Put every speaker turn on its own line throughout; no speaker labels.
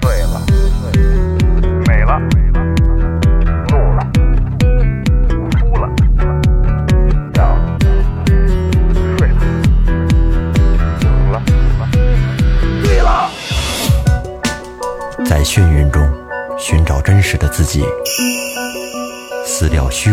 醉了，美了，怒了，哭了，笑了，睡了，醒了，醉了。
在眩晕中寻找真实的自己，撕掉虚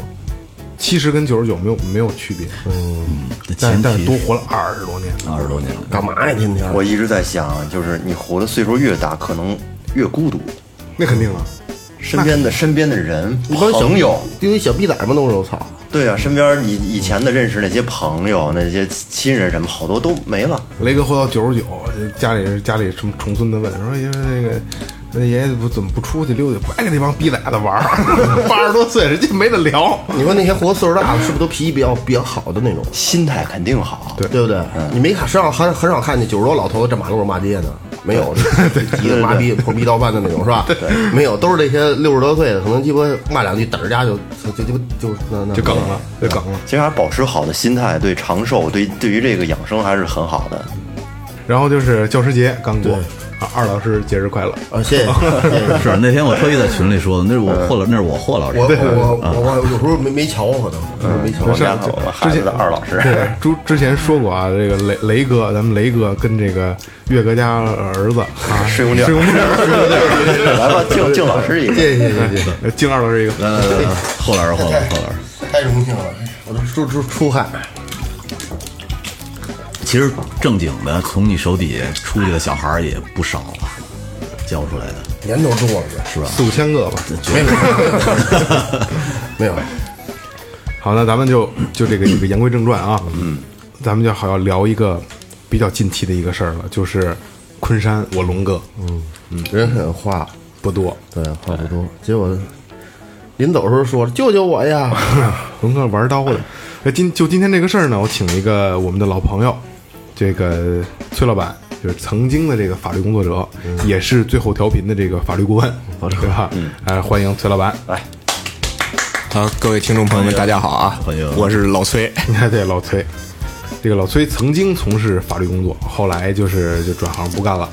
七十跟九十九没有没有区别，
那嗯前
但但
提
是多活了二十多年。
二十多年。
干嘛呀？天天
我一直在想，就是你活的岁数越大，可能越孤独，
那肯定啊，
身边的身边的人
一帮小
朋友，，
丢一小逼崽嘛都是我操！
对啊，身边你以前的认识那些朋友、那些亲人什么，好多都没了。
雷哥活到九十九，家里家里什么重孙子问说，因为那个。那爷爷不怎么不出去溜达，不爱跟那帮逼崽子玩儿， 八十多岁人家没得聊。
你说那些活到岁数大的，是不是都脾气比较比较好的那种？
心态肯定好，
对嗯
对不对？你没看，实际上很很少看见九十多老头子站马路上骂街呢，没 有，一个麻痹破逼刀办的那种是吧？没有，都是这些六十多岁的，可能鸡巴骂两句，等着家就就就就那那
就梗了，就梗了。
其实还是保持好的心态，对长寿，对对于这个养生还是很好的。
然后就是教师节刚过，啊，二老师节日快乐！
啊！谢谢，谢谢
是那天我特意在群里说的，那是我霍老，那呃是我霍老师
我。我
嗯
我我有时候没没瞧我都没瞧
我
过。
家我孩子的二老师，
对，之之前说过啊，这个雷雷哥，咱们雷哥跟这个岳哥家儿子啊，
师兄弟儿
师兄弟
来吧，敬敬老师一个。
谢谢谢谢，
儿，敬二老师一个。
来 来来来，呃霍老师，霍老师，霍老师。
太荣幸了，哎我都出出出汗。
其实正经的，从你手底下出去的小孩儿也不少了，教出来的。
年头多了是 吧？
四五千个吧。
没有没有，
好，那咱们就就这个这个言归正传啊。嗯，咱们就好要聊一个比较近期的一个事儿了，就是昆山，我龙哥，嗯，
人很话
不多，
对话不
哎
多，结果临走的时候说了救救我呀，
龙哥玩刀的。那今就今天这个事儿呢，我请了一个我们的老朋友，这个崔老板，就是曾经的这个法律工作者，也是最后调频的这个嗯法律顾问，对吧？哎，欢迎崔老板。
好，各位听众朋友们，大家好啊！
欢迎
我是老崔。
哎，对，老崔，这个老崔曾经从事法律工作，后来就是就转行不干了。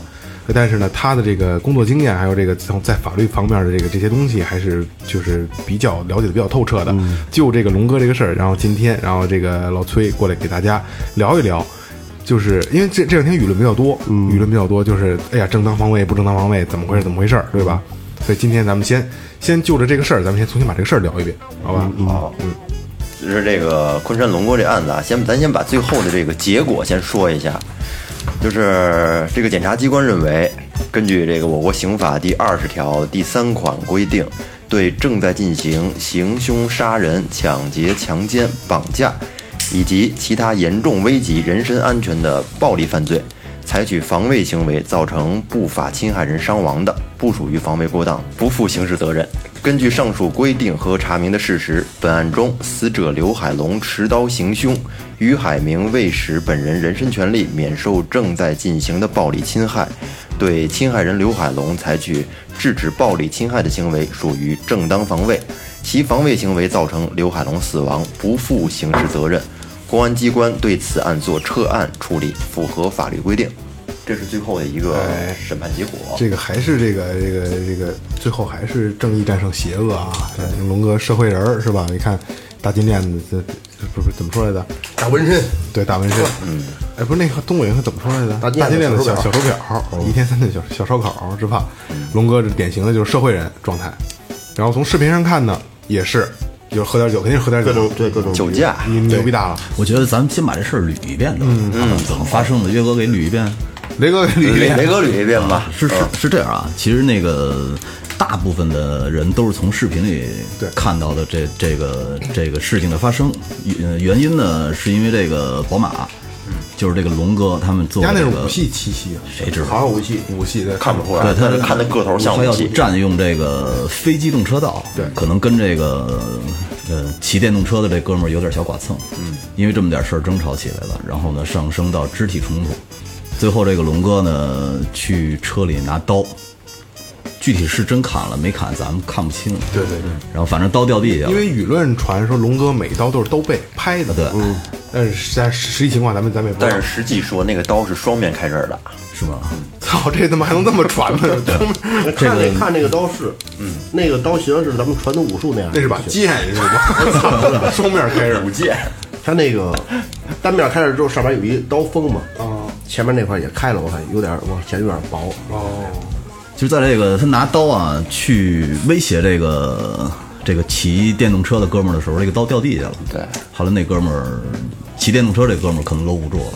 但是呢，他的这个工作经验，还有这个从在法律方面的这个这些东西，还是就是比较了解的比较透彻的。就这个龙哥这个事儿，然后今天，然后这个老崔过来给大家聊一聊，就是因为这这两天舆论比较多，舆论比较多，就是哎呀，正当防卫不正当防卫，怎么回事？怎么回事儿？对吧？所以今天咱们先先就着这个事儿，咱们先重新把这个事儿聊一遍，好吧？
好，就是这个昆山龙哥这案子啊，先咱先把最后的这个结果先说一下，就是这个检察机关认为，根据这个我国刑法第二十条第三款规定，对正在进行行凶、杀人、抢劫、强奸、绑架以及其他严重危及人身安全的暴力犯罪。采取防卫行为造成不法侵害人伤亡的，不属于防卫过当，不负刑事责任。根据上述规定和查明的事实，本案中死者刘海龙持刀行凶，于海明未使本人人身权利免受正在进行的暴力侵害，对侵害人刘海龙采取制止暴力侵害的行为，属于正当防卫，其防卫行为造成刘海龙死亡，不负刑事责任。公安机关对此案做撤案处理，符合法律规定。这是最后的一个审判结果。
这个还是这个这个这个，最后还是正义战胜邪恶啊！龙哥社会人儿是吧？你看大金链子，这这不是怎么说来着？
打纹身，
对，大纹身。嗯，哎，不是那个东北人怎么说来着？
大金
大金链
链
子
子
小小手
小
表，一天三顿小小烧烤是吧？龙哥这典型的就是社会人状态。然后从视频上看呢，也是，就是喝点酒，肯定是喝点
各种
酒，
对各种
酒驾，
你牛逼大了。
我觉得咱们先把这事儿捋一遍，嗯嗯，怎么发生的？岳哥给捋一遍。
雷哥，你
雷雷哥捋一遍吧。
是是
嗯
是这样啊，其实那个大部分的人都是从视频里
对
看到的这这个这个事情的发生，呃原因呢是因为这个宝马，就是这个龙哥他们做
嗯家那
的这
是
个
武系七系啊，
谁知道？
好像武器，
武系的
看不出来，
对，他
但是看他个头像
他
武
要
器。
占用这个非机动车道，对，可能跟这个呃骑电动车的这哥们儿有点小剐蹭，嗯，因为这么点事儿争吵起来了，然后呢上升到肢体冲突，最后这个龙哥呢去车里拿刀，具体是真砍了没砍咱们看不清，
对对对。
然后反正刀掉地下了，
因为舆论传说龙哥每刀都是刀背拍的，嗯
对
但是实在实际情况咱们咱们也不
但
知
是
道。
实际说，那个刀是双面开刃的，
是吧？
操，这他妈还能这么传 呢？
我看那看那个刀式，嗯，那个刀型是咱们传统武术那样，
那是把剑 是吧？双面开刃，
五剑。
他那个单面开始之后，上面有一刀锋嘛，前面那块也开了，我看有点往前有点薄，
就在这个他拿刀啊去威胁这个这个骑电动车的哥们儿的时候，这个刀掉地下了。
对，
后来那哥们儿骑电动车这哥们儿可能搂不住了，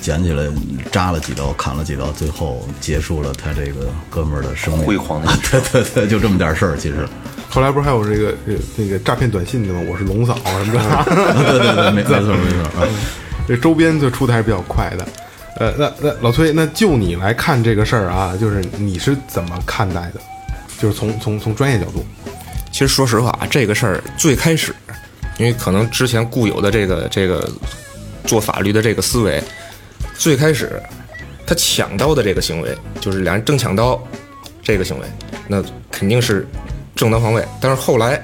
捡起来扎了几刀，砍了几刀，最后结束了他这个哥们儿的生命。
辉煌的一
对对对，就这么点事儿，其 实。
后来不是还有这个这这个诈骗短信的吗？我是龙嫂啊什么的，
对对对，没没错没错。啊
这周边就出的还是比较快的。呃，那那老崔，那就你来看这个事儿啊，就是你是怎么看待的？就是从从从专业角度，
其实说实话，这个事儿最开始，因为可能之前固有的这个这个做法律的这个思维，最开始他抢刀的这个行为，就是俩人争抢刀这个行为，那肯定是正当防卫。但是后来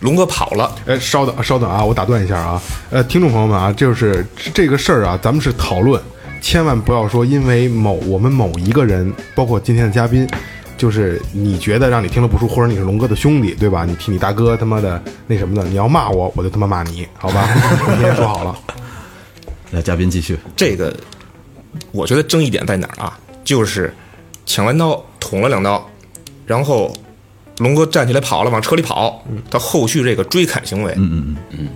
龙哥跑了，
哎，稍等，稍等啊，我打断一下啊，呃，听众朋友们啊，就是这这个事儿啊，咱们是讨论，千万不要说因为某我们某一个人，包括今天的嘉宾，就是你觉得让你听了不舒服，或者你是龙哥的兄弟，对吧？你替你大哥他妈的那什么的，你要骂我，我就他妈骂你，好吧？ 今天说好了，
来，嘉宾继续。
这个我觉得争议点在哪儿啊？就是抢完刀捅了两刀，然后龙哥站起来跑了，往车里跑，他后续这个追砍行为，嗯嗯嗯嗯，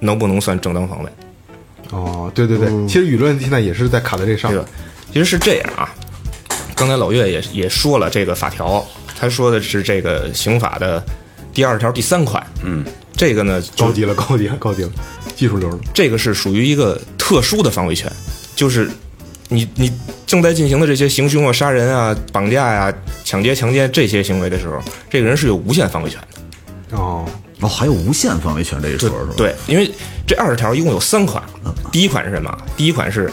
能不能算正当防卫？
哦，对对对，
嗯
其实舆论现在也是在卡在这上
对
面
吧，？其实是这样啊，刚才老岳也也说了这个法条，他说的是这个刑法的第二条第三款，嗯，这个呢，就
高级了，高级了，高级了，技术流了，
这个是属于一个特殊的防卫权，就是你你正在进行的这些行凶啊、杀人啊、绑架呀、抢劫、强奸这些行为的时候，这个人是有无限防卫权的。
哦，
哦，还有无限防卫权这一说是吧？，
对，因为这二十条一共有三款，第一款是什么？第一款是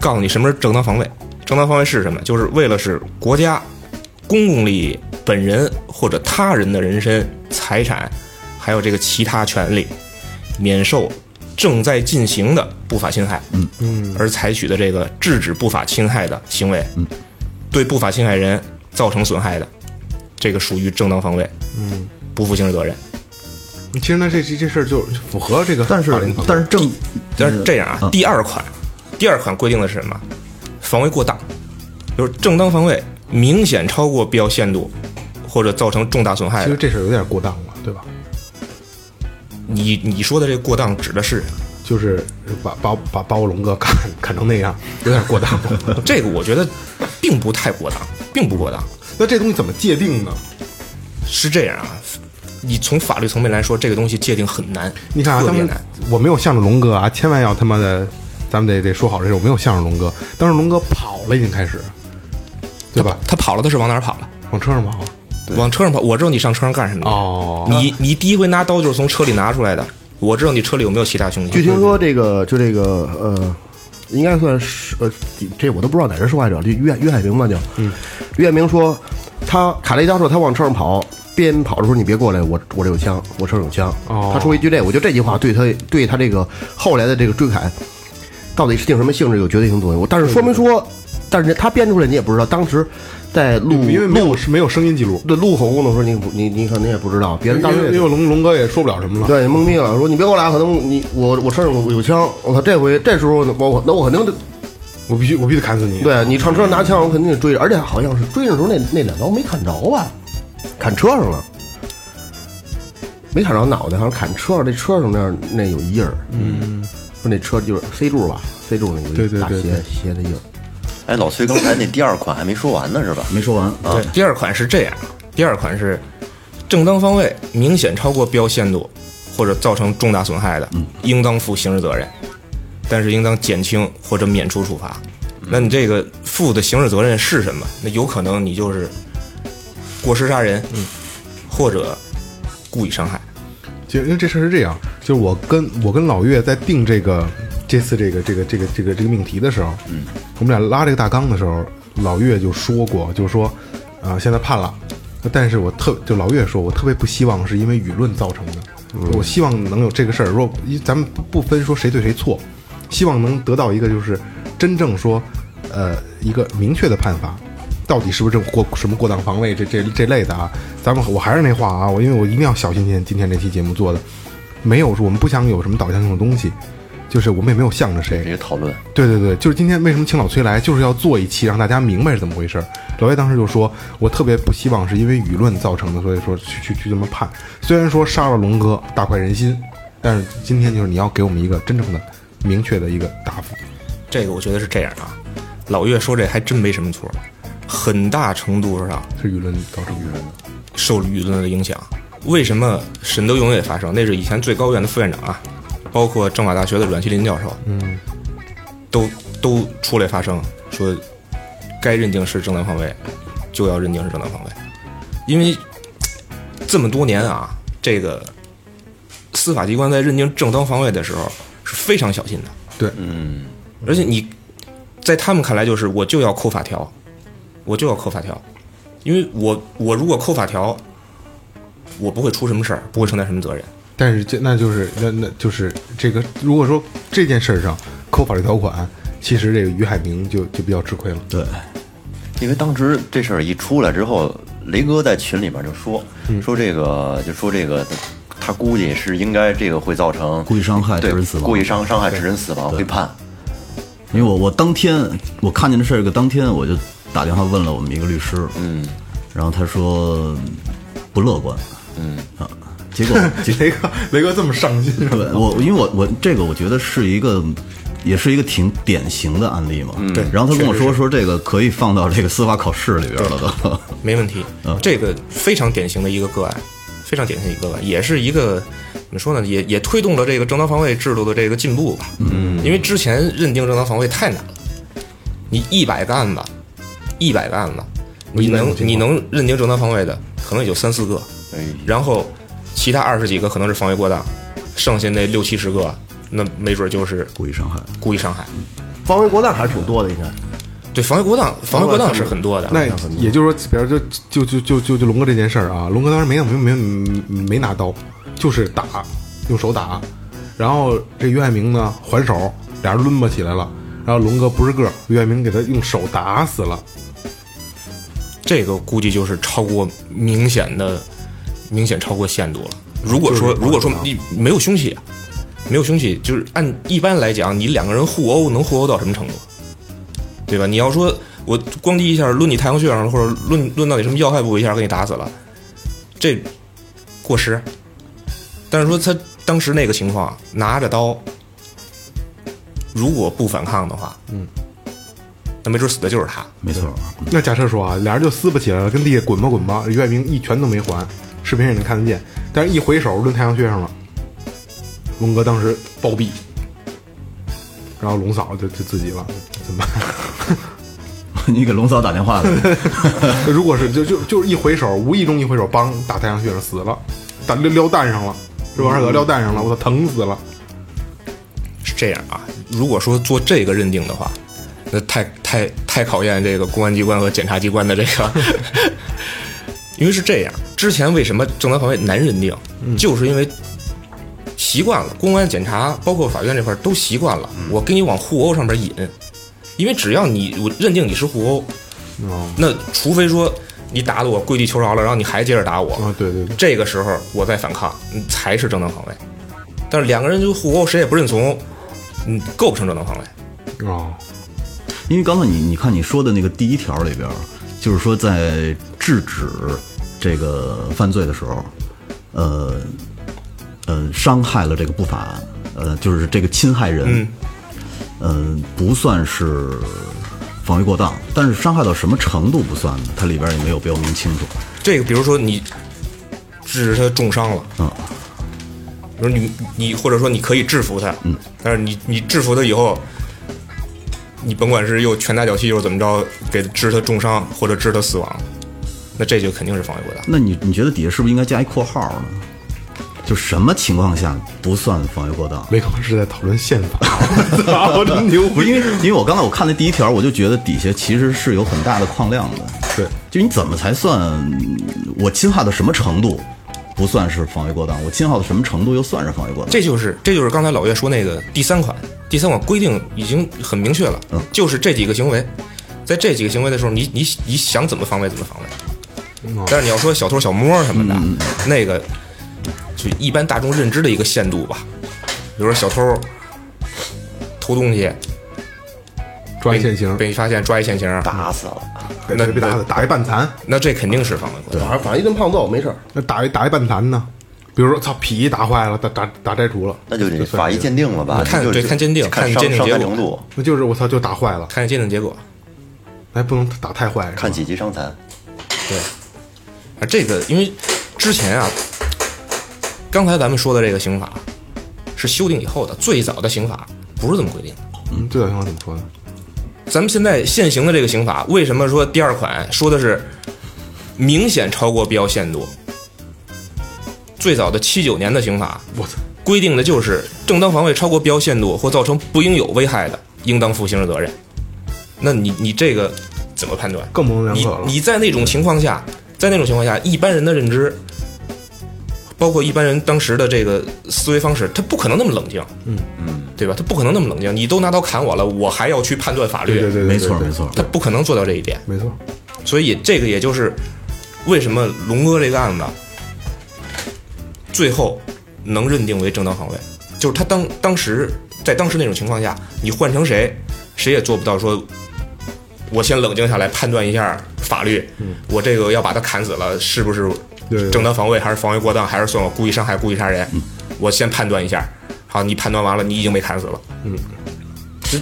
告诉你什么是正当防卫。正当防卫是什么？就是为了使国家、公共利益、本人或者他人的人身、财产，还有这个其他权利，免受正在进行的不法侵害，嗯嗯，而采取的这个制止不法侵害的行为，嗯，对不法侵害人造成损害的，这个属于正当防卫，嗯，不负刑事责任。
其实呢，这这这事儿就符合这个法
但
律
是
层面，
但是正，
但是这样啊
嗯，
第二款，第二款规定的是什么？防卫过当，就是正当防卫明显超过必要限度，或者造成重大损害
其实
的。
这事儿有点过当了，对吧？
你你说的这个过当指的是
就是把把把把我龙哥砍砍成那样，有点过当 了。
这个？我觉得并不太过当，并不过当。
那这东西怎么界定呢？
是这样啊，你从法律层面来说，这个东西界定很难，
你看啊，
特
当
别
时
难。
我没有向着龙哥啊，千万要他妈的，咱们得得说好这事，我没有向着龙哥。当时龙哥跑了，已经开始，对吧？
他跑了，他是往哪儿跑了？
往车上跑。
往车上跑。我知道你上车上干什么的。
哦
你你第一回拿刀就是从车里拿出来的。我知道你车里有没有其他
啊
凶器。
据听说这个就这个呃，应该算是呃，这我都不知道哪是受害者，这岳岳海明吧就，嗯，岳海明说他卡了一刀之后，他往车上跑，边跑的时候你别过来，我我这有枪，我车上有枪。
哦
他说一句这，我觉得这句话对他对他这个后来的这个追砍，到底是定什么性质有决定性作用。但是说没
嗯
说，但是他编出来你也不知道，当时在录
因为没有
录
没有声音记录，
对录口供的时候，你不你你可能也不知道，别
因为
人当时也
因为龙龙哥也说不了什么了。
对，懵逼了，说你别过来，可能你我我车上有有枪，我操，这回这时候我我那我肯定得
我必须我必须得砍死你。
对你上车上拿枪，我肯定得追着，而且好像是追的时候那那两刀没砍着吧，砍车上了，没砍着脑袋，好像砍车上，那车上那儿那有一印儿，嗯，说那车就是 C 柱吧，C 柱那有一
对对
大
对
斜
对
斜的印儿，
哎，老崔刚才那第二款还没说完呢，是吧？
没说完，啊
对，第二款是这样，第二款是正当防卫明显超过标限度或者造成重大损害的，应当负刑事责任，但是应当减轻或者免除处罚。那你这个负的刑事责任是什么？那有可能你就是过失杀人，嗯或者故意伤害。
就因为这事儿是这样，就是我跟我跟老岳在定这个这次这个这个这个这个这个命题的时候，嗯，我们俩拉这个大纲的时候，老岳就说过，就是说，啊、现在判了，但是我特就老岳说，我特别不希望是因为舆论造成的，我希望能有这个事儿，若咱们不分说谁对谁错，希望能得到一个就是真正说，呃，一个明确的判罚，到底是不是这种过什么过当防卫这这这类的啊？咱们我还是那话啊，我因为我一定要小心今天今天这期节目做的，没有说我们不想有什么导向性的东西，就是我们也没有向着
这
谁。
个讨论，
对对对，就是今天为什么请老崔来，就是要做一期让大家明白是怎么回事儿。老岳当时就说，我特别不希望是因为舆论造成的，所以说去去去这么判。虽然说杀了龙哥大快人心，但是今天就是你要给我们一个真正的、明确的一个答复。
这个我觉得是这样啊，老岳说这还真没什么错，很大程度上
是舆论造成舆论的。
受舆论的影响。为什么沈德永也发生？那是以前最高院的副院长啊，包括政法大学的阮锡林教授，嗯，都都出来发声说，该认定是正当防卫，就要认定是正当防卫，因为嘖这么多年啊，这个司法机关在认定正当防卫的时候是非常小心的，
对，
而且你在他们看来就是我就要扣法条，我就要扣法条，因为我我如果扣法条，我不会出什么事儿，不会承担什么责任。
但是这那就是那那就是这个，如果说这件事儿上扣法律条款，其实这个于海明就就比较吃亏了。
对，
因为当时这事儿一出来之后，雷哥在群里面就说
嗯
说这个，就说这个，他估计是应该这个会造成
故意伤害致
对
人死亡
故意伤伤害致人死亡会判。
因为我我当天我看见这事儿个当天，我就打电话问了我们一个律师，嗯，然后他说不乐观，嗯啊，结果结
雷哥，雷哥这么上心，
对我，因为我我这个我觉得是一个，也是一个挺典型的案例嘛。对、然后他跟我说说这个可以放到这个司法考试里边了都。
没问题。这个非常典型的一个个案，非常典型的一个个案，也是一个怎么说呢，也也推动了这个正当防卫制度的这个进步吧。嗯，因为之前认定正当防卫太难了，你一百个案子，一百个案子，你能你能认定正当防卫的可能也就三四个，
哎，
然后其他二十几个可能是防卫过当，剩下那六七十个，那没准就是
故意伤害。
故意伤害。
防卫国难还是挺多的，应该。
对，防卫过当，防卫过当是很多的。
那也就是说，比如就就就就就就龙哥这件事儿啊，龙哥当时没有没没没拿刀，就是打，用手打，然后这于爱明呢还手，俩人抡巴起来了，然后龙哥不是个儿，于爱明给他用手打死了，
这个估计就是超过明显的，明显超过限度了。如果说
就是
如果说
不可能
你没有凶器啊，没有凶器，就是按一般来讲，你两个人互殴能互殴到什么程度，对吧？你要说我咣叽一下抡你太阳穴上了，或者抡抡到你什么要害部位一下给你打死了，这过失。但是说他当时那个情况，拿着刀，如果不反抗的话，嗯，那没准死的就是他。
没错，
那假设说啊，俩人就撕巴起来了，跟地下滚吧滚吧，于爱明一拳都没还，视频也能看得见，但是一回手抡太阳穴上了，龙哥当时暴毙，然后龙嫂就就自己了，怎么办？
你给龙嫂打电话了，
如果是就就就是一回手，无意中一回手，梆打太阳穴上死了，打撩撩蛋上了，这王二哥撩蛋上了，我操，疼死了。
是这样啊，如果说做这个认定的话，那太太太考验这个公安机关和检察机关的这个，因为是这样，之前为什么正当防卫难认定，就是因为习惯了，公安、检察包括法院这块儿都习惯了，我给你往互殴上面引，因为只要你我认定你是互殴，
哦，
那除非说你打的我跪地求饶了，然后你还接着打我，
啊，对对对，
这个时候我再反抗，嗯才是正当防卫。但是两个人就互殴，谁也不认怂，嗯，构不成正当防卫。
哦，
因为刚才你你看你说的那个第一条里边儿，就是说在制止这个犯罪的时候，呃呃，伤害了这个不法，呃，就是这个侵害人，
嗯
嗯，不算是防卫过当，但是伤害到什么程度不算呢？它里边也没有标明清楚。
这个比如说你致使他重伤了，
嗯，
比如你你或者说你可以制服他，嗯，但是你你制服他以后，你甭管是又拳打脚踢又怎么着，给致他重伤或者致他死亡，那这就肯定是防卫过当。
那你你觉得底下是不是应该加一括号呢？就什么情况下不算防卫过当？
没刚是在讨论宪法， 我操，真牛
不，因
逼！
为因为我刚才我看那第一条，我就觉得底下其实是有很大的矿量的。
对，
就你怎么才算我侵害到什么程度不算是防卫过当？我侵害到什么程度又算是防卫过当？
这就是这就是刚才老岳说那个第三款，第三款规定已经很明确了，
嗯
就是这几个行为，在这几个行为的时候，你你你想怎么防卫怎么防卫，但是你要说小偷小摸什么的，那个就一般大众认知的一个限度吧，比如说小偷偷东西
抓一现行，
哎
被发现抓一现行，
打死了，
别别别打死，打一半残，
那这肯定是防卫过当。
反正反正一顿胖揍没事儿。
那打一打一半残呢？比如说，操，皮打坏了，打打打摘除了，
那就得
这算
法医鉴定了吧？
看
就
对看鉴定
看
看
伤
鉴定
伤
结
害
果
程度，
那就是我操，就打坏了，
看鉴定结果，
还不能打太坏，是吧
看几级伤残。
啊，这个因为之前啊，刚才咱们说的这个刑法是修订以后的，最早的刑法不是这么规定的。
嗯，最早情况怎么说的？
咱们现在现行的这个刑法，为什么说第二款说的是明显超过必要限度？最早的七九年的刑法
我操，
规定的就是正当防卫超过必要限度或造成不应有危害的，应当负刑事责任。那你你这个怎么判断？
更模棱两
你
可了。
你在那种情况下，在那种情况下，一般人的认知，包括一般人当时的这个思维方式，他不可能那么冷静，嗯嗯，对吧？他不可能那么冷静。你都拿刀砍我了，我还要去判断法律，
对对对，对
没错
对
没错，
他不可能做到这一点。
没错，
所以这个也就是为什么龙哥这个案子最后能认定为正当防卫，就是他当当时在当时那种情况下，你换成谁，谁也做不到说，我先冷静下来判断一下法律，我这个要把他砍死了是不是
对对
正当防卫，还是防卫过当，还是算我故意伤害、故意杀人，我先判断一下。好，你判断完了，你已经被砍死了。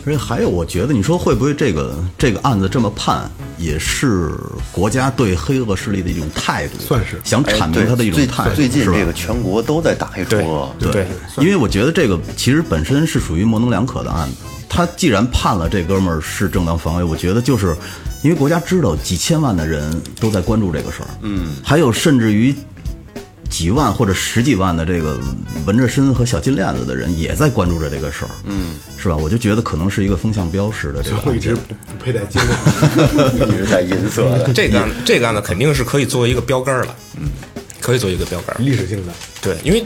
而且还有，我觉得你说会不会这个这个案子这么判，也是国家对黑恶势力的一种态度，
算是
想
哎
阐
对
明他的一种
最
态度，
最近
是吧
这个全国都在打黑除恶，
对，
对
因为我觉得这个其实本身是属于模棱两可的案子。他既然判了这哥们儿是正当防卫，我觉得就是因为国家知道几千万的人都在关注这个事儿，嗯，还有甚至于几万或者十几万的这个纹着身和小金链子的人也在关注着这个事儿，嗯，是吧？我就觉得可能是一个风向标识的这个
我一
案
直
件，
不佩戴金链。
一直在银色的。
这个案这个案子肯定是可以作为一个标杆儿了，嗯，可以作为一个标杆儿。
历史性的，
对，因为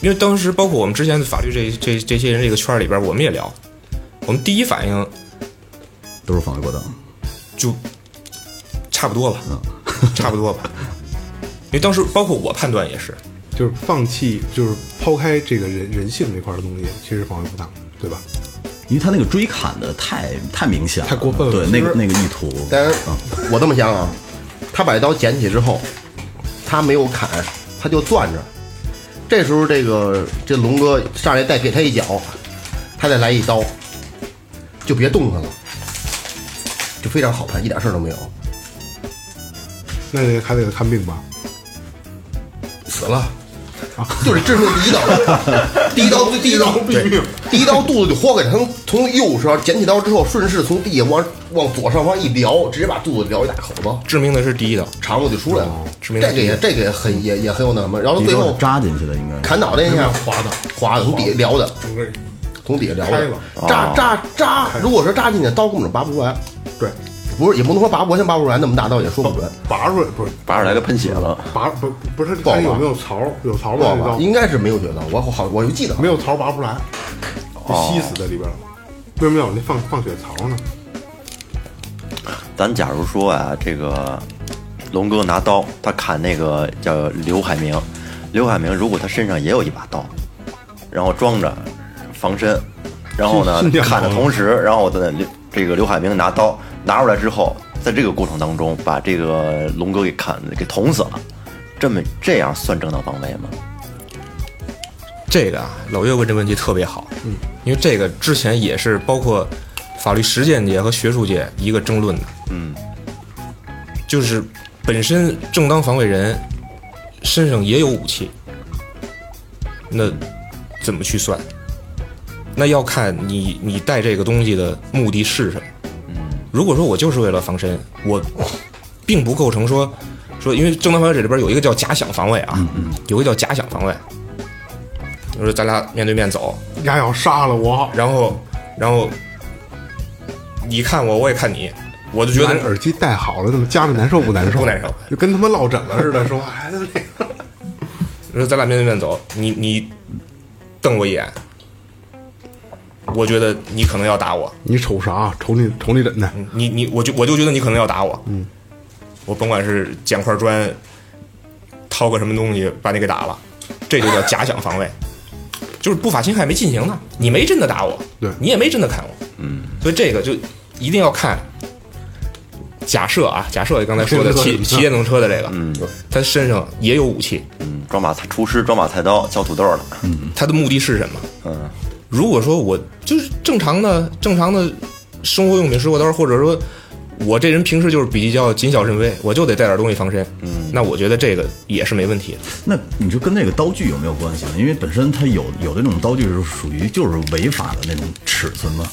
因为当时包括我们之前法律这这这些人这个圈儿里边儿，我们也聊，我们第一反应
都是防卫过当。
就差不多吧， 差不多吧。因为当时包括我判断也是，
就是放弃，就是抛开这个人人性这块的东西，其实防卫不当，对吧？
因为他那个追砍的太太明显了，
太过分了
对，那个那个意图，
但是我这么想啊，他把刀捡起之后，他没有砍，他就攥着。这时候，这个这龙哥上来再给他一脚，他再来一刀，就别动他了，就非常好判，一点事儿都没有，
那得还得看病吧？
死了。就是这是第一刀，第一刀， 第一刀，对，第一刀肚子就豁开，他从右手捡起刀之后，顺势从地下往往左上方一撩，直接把肚子撩一大口子。
致命的是第一刀，
肠子就出来了。
哦
致
这
命的
个也这个也很也也很有那什么，然后
你
最
就是
后
扎进去的应该是。
砍脑袋一下，划的划的，从底下撩的，
整个
从底下撩
开
的
了，
扎扎扎。如果说扎进去，刀根本拔不出来，
对，
不是也不能说拔不先拔不出来，那么大刀也说不准，
哦
拔出来不是
拔出来就喷血了，
拔不不是
不好
看有
拔
没有槽，有槽
不
吧
好？
这
吧？
刀
应该是没有血刀，我好我就记得
没有槽拔不出来，就吸死在里边了。为什么要有那放放血槽呢？
咱假如说啊，这个龙哥拿刀，他砍那个叫刘海明，刘海明如果他身上也有一把刀，然后装着防身，然后呢
是是这样
砍的
吗
同时，然后的刘这个刘海明拿刀拿出来之后，在这个过程当中把这个龙哥给砍给捅死了，这么这样算正当防卫吗？
这个啊，老岳问这问题特别好，嗯，因为这个之前也是包括法律实践界和学术界一个争论的，嗯，就是本身正当防卫人身上也有武器，那怎么去算？那要看你你带这个东西的目的是什么。嗯，如果说我就是为了防身，我并不构成说说，因为正当防卫者里边有一个叫假想防卫啊，有一个叫假想防卫。就是咱俩面对面走，
丫要杀了我，
然后，然后你看我，我也看你，我就觉
把
得
耳机戴好了，怎么夹着难受不难受？
不难受
就跟他妈落枕了似的，说哎话还得那个。
说咱俩面对面走，你你瞪我一眼，我觉得你可能要打我，
你瞅啥？瞅你瞅你枕的，
你你我就我就觉得你可能要打我，嗯，我甭管是捡块砖，掏个什么东西把你给打了，这就叫假想防卫，就是不法侵害没进行呢，你没真的打我，
对
你也没真的砍我，嗯，所以这个就一定要看。假设啊，假设刚才说的
这个
骑
这个
骑电动车的这个，嗯，他身上也有武器，
嗯，装把菜厨师装把菜刀削土豆的，
他的目的是什么？
嗯，
如果说我就是正常的、正常的生活用品、生活刀，或者说我这人平时就是比较谨小慎微，我就得带点东西防身。嗯，那我觉得这个也是没问题的。
那你就跟那个刀具有没有关系呢？因为本身它有有的那种刀具是属于就是违法的那种尺寸嘛。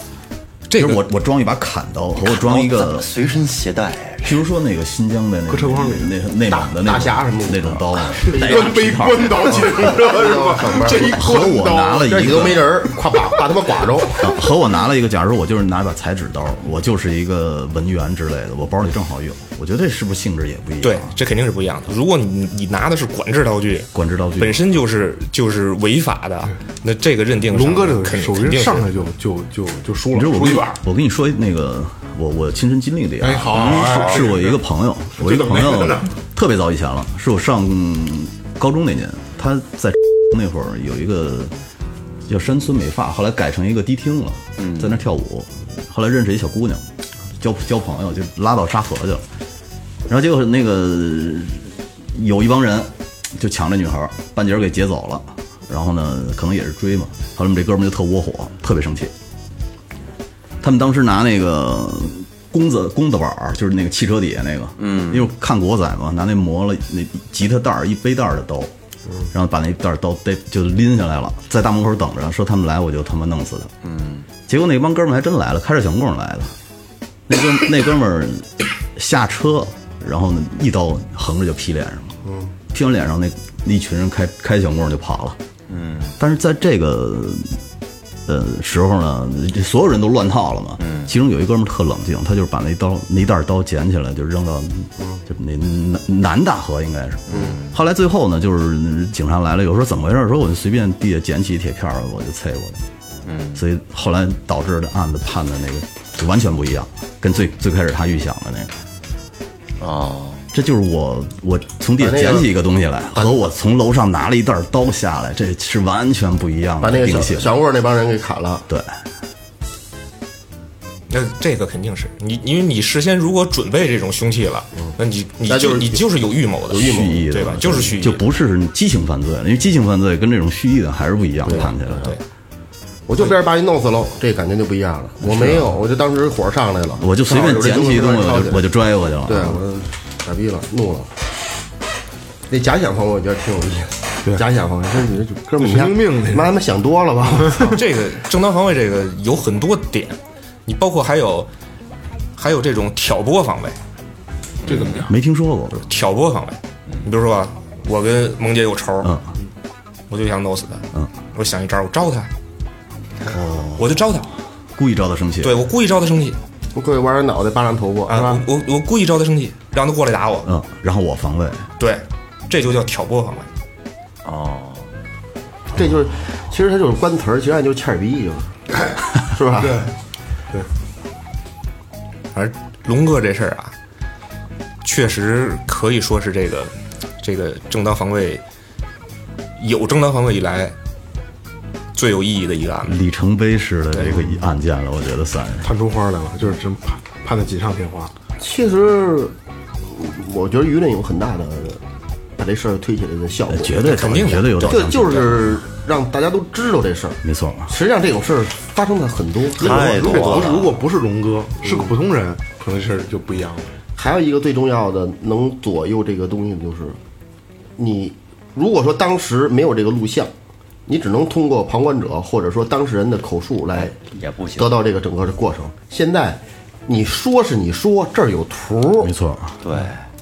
这个
就是我我装一把砍刀和我装一
怎
个
么，随身携带，
譬如说那个新疆的那
车
种
筐里
那内蒙的那
大侠
种
什么的
那种刀嘛，啊
关背关刀进了是吧？这一
和
关
我拿
刀
了一
这里都没
个。啊
人儿，快把把他们剐着。
和我拿了一个，假如我就是拿一把裁纸刀，我就是一个文员之类的，我包里正好有，我觉得这是不是性质也不一样？
对，这肯定是不一样的。如果你你拿的是管制刀具，
管制刀具
本身就是就是违法的，那这个认定上
龙哥这个
肯定
属
肯
于
定是嗯
上来就就就就输
你知
了，
道
输
我跟
一
你
半。
啊
我跟你说那个我我亲身经历的呀，
哎好哎
是是我一个朋友，我一个朋友特别早以前了，是我上高中那年，他在 那会儿有一个叫山村美发，后来改成一个迪厅了，在那儿跳舞，后来认识一小姑娘，交交朋友就拉到沙河去了，然后结果那个有一帮人就抢这女孩儿，半截儿给劫走了。然后呢，可能也是追嘛。后来我们这哥们儿就特窝火，特别生气，他们当时拿那个弓子弓子板儿，就是那个汽车底下那个，嗯，因为看国仔嘛，拿那磨了那吉他袋儿一背带儿的刀，然后把那袋儿刀逮就拎下来了，在大门口等着，说他们来我就他妈弄死他，嗯，结果那帮哥们儿还真来了，开着小棍儿来的，那 哥那哥们儿呃下车，然后呢一刀横着就劈脸上了，嗯，劈完脸上那那一群人开开小棍儿就跑了，嗯，但是在这个呃时候呢，这所有人都乱套了嘛。嗯，其中有一哥们儿特冷静，他就是把那刀那一袋刀捡起来，就扔到就那南南大河应该是。嗯，后来最后呢，就是警察来了，有时候怎么回事？说我就随便地下捡起铁片儿，我就啐过去。嗯，所以后来导致的案子判的那个就完全不一样，跟最最开始他预想的那个。
哦，
这就是我我从地下
把那个
捡起一个东西来，和我从楼上拿了一袋刀下来，这是完全不一样
把
的
那个小
定性。
小棍儿那帮人给砍了。
对。
那这个肯定是你，因为你事先如果准备这种凶器了，那你你
那就
就是你就是有预谋的，
蓄意的，
对吧？就是蓄意的，
就不是激情犯罪了，因为激情犯罪跟这种蓄意的还是不一样，看起来
对。
我就别人把你弄死喽，这感觉就不一样了。我没有，我就当时火上来了，
我就随便捡起一东西，我就我
就
就拽过去了。
对我就傻逼了，怒了。那假想方面我觉得挺有意思，假想方面，真是你这就哥们儿，你
神经病那
看
是
妈他妈想多了吧？
这个正当防卫这个有很多点，你包括还有还有这种挑拨防卫，
这怎么讲？
没听说过，
挑拨防卫。你比如说吧，我跟萌姐有仇，
嗯
我就想弄死他，
嗯，哦
我想一招，我招他，我就招他，
故意招他生气。
对我故意招他生气
各位玩人脑袋，扒拉头发是
啊
吧，？
我我我故意招他生气，让他过来打我，
嗯，然后我防卫，
对，这就叫挑拨防卫。
哦，
这就是，其实他就是官词儿，其实按就是欠儿逼，就是，是吧？对，
反正龙哥这事儿啊，确实可以说是这个这个正当防卫有正当防卫以来最有意义的一个案
嗯
子。
里程碑式的这个案件了，我觉得算是。
探出花来了，就是真盼盼的锦上添花。
其实我觉得舆论有很大的把这事儿推起来的效果，
绝对
肯定的
绝对有导
就
向性
就是让大家都知道这事儿。
没错。啊
实际上这种事儿发生在很多，
太
如
多
果不
了
是如果不是龙哥，是个普通
嗯
人，可能这事儿就不一样了。
还有一个最重要的能左右这个东西的就是，你如果说当时没有这个录像，你只能通过旁观者或者说当事人的口述来
也不行
得到这个整个的过程。现在你说是你说，这儿有图
没，错，啊
对，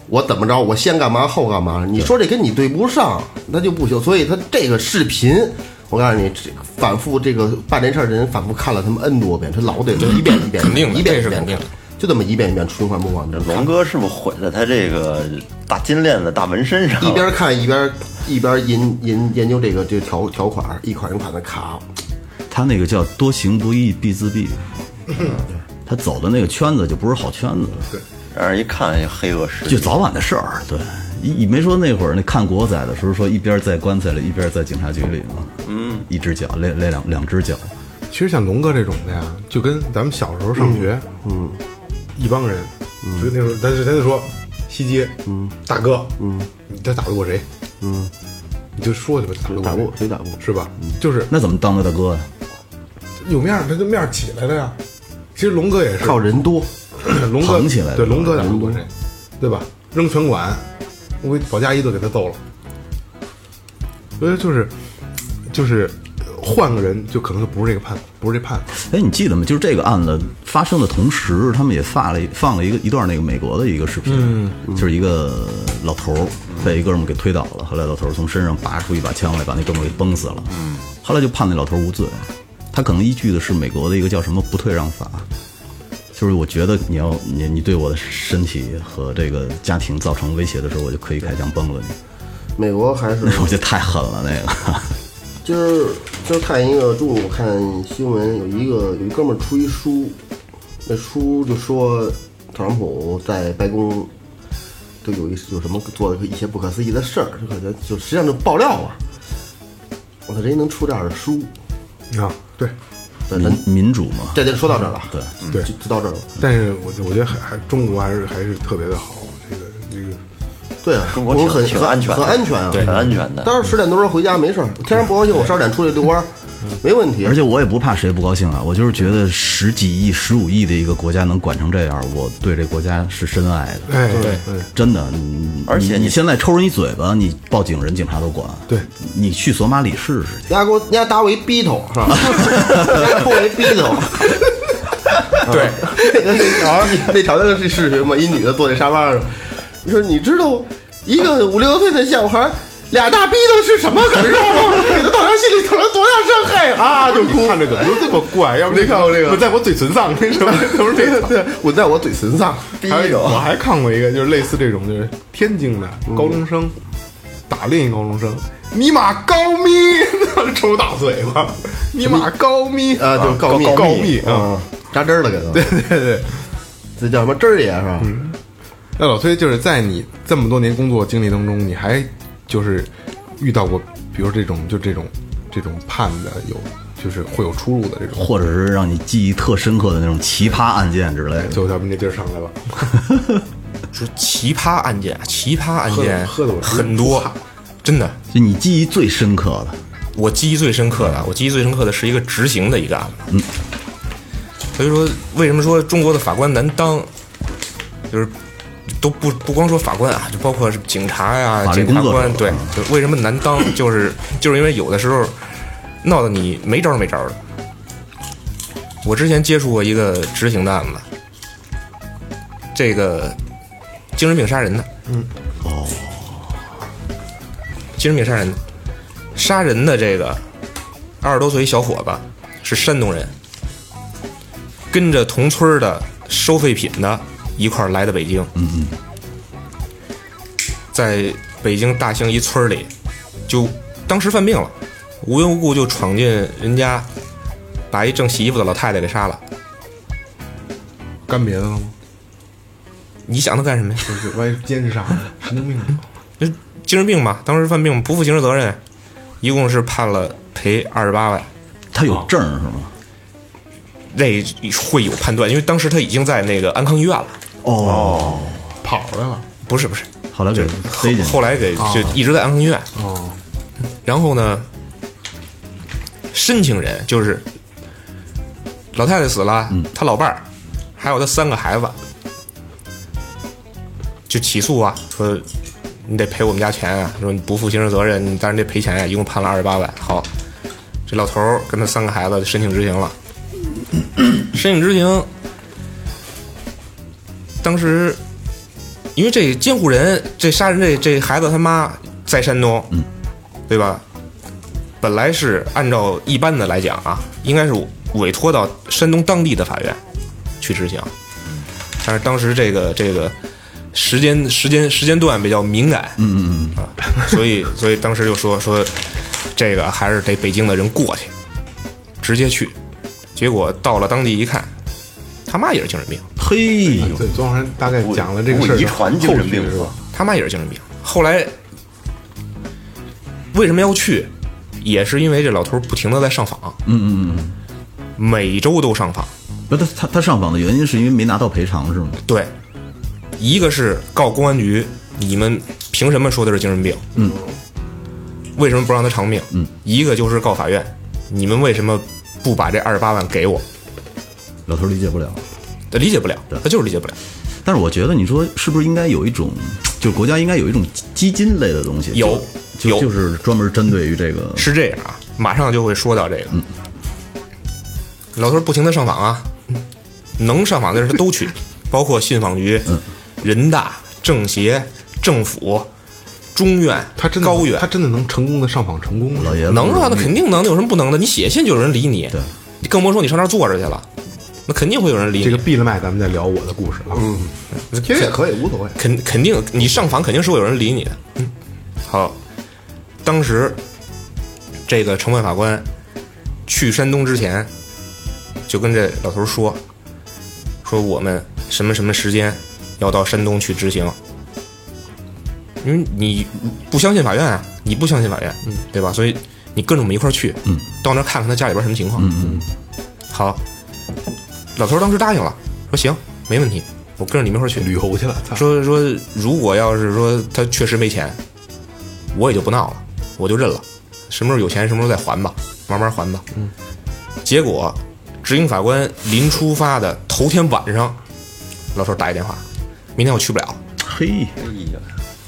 我怎么着，我先干嘛后干嘛？你说这跟你对不上，那就不行。所以他这个视频，我告诉你，这反复这个办这事儿的人反复看了他们 N 多遍，他老得一遍一遍，
肯定的
一遍
这
一
是
遍
肯定的，
就这么一遍一遍循环播放。这
龙哥是不是毁在他这个大金链子、大纹身上？
一边看一边一边研研研究这个这个条条款，一款一款的卡，
他那个叫多行不义必 自毙，他走的那个圈子就不是好圈子。对。
让人一看就黑恶势
就
力，
早晚的事儿，对。你没说那会儿那看国仔的时候，说一边在棺材里，一边在警察局里嘛。嗯，一只脚，那那两两只脚，
其实像龙哥这种的呀，就跟咱们小时候上学，嗯，一帮人，
嗯
就那时候，咱就咱就说西街，嗯，大哥，嗯，你这打得过谁？嗯，你就说去吧，打得
打不
过
过谁打不过嗯
是吧？就是
那怎么当他大哥呀？啊
有面儿，他就面儿起来了呀。其实龙哥也是
靠人多，
龙哥
捧起来的
对龙哥打不过谁，对吧？扔拳馆，我给保加一都给他揍了。所以就是就是换个人，就可能就不是这个判，不是这判。
哎，你记得吗？就是这个案子发生的同时，他们也发了一放了一个一段那个美国的一个视频，就是一个老头儿被一哥们儿给推倒了，后来老头儿从身上拔出一把枪来，把那哥们儿给崩死了。嗯，后来就判那老头儿无罪，他可能依据的是美国的一个叫什么不退让法，就是我觉得你要你你对我的身体和这个家庭造成威胁的时候，我就可以开枪崩了你。
美国还是
那我觉得太狠了，那个
今儿今儿看一个中午看新闻，有一个有一哥们儿出一书，那书就说特朗普在白宫都有一有什么做了一些不可思议的事儿，就感觉就实际上就爆料啊！我操，人家能出这样的书，
啊，对，
对，咱
民民主嘛，
这就说到这儿了，
对，
对
就嗯就到这儿了。
但是我我觉得还还中国还是还是特别的好，这个这个
对啊，
中国
我
挺
们很
挺
很
安全的，
很安全啊。
很安全的。
当时十点多钟回家没事儿，天然不高兴，我十二点出去遛弯儿，
嗯
没问题。
而且我也不怕谁不高兴啊，我就是觉得十几亿、十五亿的一个国家能管成这样，我对这国家是深爱的。
哎，对对
真的，你
而
你
且你
你现在抽人一嘴巴，你报警人警察都管。
对，
你去索马里试试去。
丫给我丫打我一逼头，是吧？丫给我一逼头。
对，
好像 那条件是视频嘛，一女的坐在沙发上，说你知道一个五六岁的小孩俩大逼头是什么感受吗？给他造成心里造成多大伤害啊！就哭。
看着怎么都这么怪，要不你看我这个，我在我嘴唇上那什么都是这个。
对，我在我嘴唇上，哎
还有，
逼
我还看过一个，就是类似这种，就是天津的高中生打另一高中生，尼玛高咪， 抽大嘴巴，尼玛高咪
啊，就告密
高密啊！
嗯，扎针儿了，给他。对对对，这叫什么针儿爷是吧？
嗯
那老崔就是在你这么多年工作经历当中，你还就是遇到过，比如这种就这种这种判的有，就是会有出入的这种，
或者是让你记忆特深刻的那种奇葩案件之类的，
最后咱们这劲儿上来了，
说奇葩案件，啊奇葩案件
喝得我直
很多，真的。
就你记忆最深刻的，
我记忆最深刻的，我记忆最深刻的是一个执行的一个案子。嗯，所以说，为什么说中国的法官难当？就是都不不光说法官啊，就包括是警察呀、
法
检
律工
察
作者啊
官，对，就为什么难当？ 就是就是因为有的时候闹得你没招儿没招儿的。我之前接触过一个执行的案子，这个精神病杀人的，嗯，哦，精神病杀人的，杀人的这个二十多岁一小伙子是山东人，跟着同村儿的收废品的一块儿来的北京。嗯嗯，在北京大兴一村儿里，就当时犯病了，无缘无故就闯进人家，把一正洗衣服的老太太给杀了。
干别的了吗？
你想他干什么呀？
就是万一奸杀呢，神经病吗？
就精神病嘛，当时犯病不负刑事责任，一共是判了赔二十八万。
他
哦
有证儿是吗？
那会有判断，因为当时他已经在那个安康医院了。
哦，
跑出来了，
不是不是，
后来给
后
塞进去
后来给就一直在安康医院。哦，然后呢，申请人就是老太太死了，她老伴儿，还有她三个孩子，就起诉啊，说你得赔我们家钱啊，说你不负刑事责任，你但是得赔钱啊呀、一共判了二十八万。好，这老头儿跟他三个孩子申请执行了，申请执行，当时。因为这监护人这杀人这这孩子他妈在山东，嗯，对吧？本来是按照一般的来讲啊，应该是委托到山东当地的法院去执行，但是当时这个这个时间时间时间段比较敏感，嗯嗯嗯啊，所以 所以当时就说说这个还是得北京的人过去，直接去，结果到了当地一看，他妈也是精神病。
嘿，
对，昨晚上大概讲了这个事儿，
遗传精神病
后续
是
是吧
吧？？
他妈也是精神病。后来为什么要去，也是因为这老头儿不停的在上访，嗯嗯嗯，每周都上访。
不，他他他上访的原因是因为没拿到赔偿是吗？
对，一个是告公安局，你们凭什么说他是精神病？嗯，为什么不让他偿命？嗯，一个就是告法院，你们为什么不把这二十八万给我？
老头儿理解不了。
他理解不了，他就是理解不了。
但是我觉得你说是不是应该有一种，就是国家应该有一种基金类的东西，
有
就
有
就就是专门针对于这个
是这样啊，马上就会说到这个。老头儿不停的上访啊，能上访的人他都去，包括信访局、人大、政协、政府、中院、
他真的
高院
他，真的能成功的上访成功
老
了，
爷子
能啊，那肯定能，那有什么不能的？你写信就有人理你，
对
你更甭说你上那儿坐着去了，那肯定会有人理你。
这个闭了麦，咱们再聊我的故事啊。嗯，
其实也可以，无所谓。
肯肯定你上访肯定是会有人理你的。嗯，好，当时这个城外法官去山东之前，就跟这老头说，说我们什么什么时间要到山东去执行，因为你不相信法院啊，你不相信法院，嗯，对吧？所以你跟着我们一块儿去，嗯，到那儿看看他家里边什么情况，嗯嗯。好，老头当时答应了，说行，没问题，我跟着你们一块儿去。
旅游去了，操！
说说，如果要是说他确实没钱，我也就不闹了，我就认了，什么时候有钱什么时候再还吧。慢慢还吧。嗯，结果执行法官临出发的头天晚上，老头儿打一电话，明天我去不了。
嘿，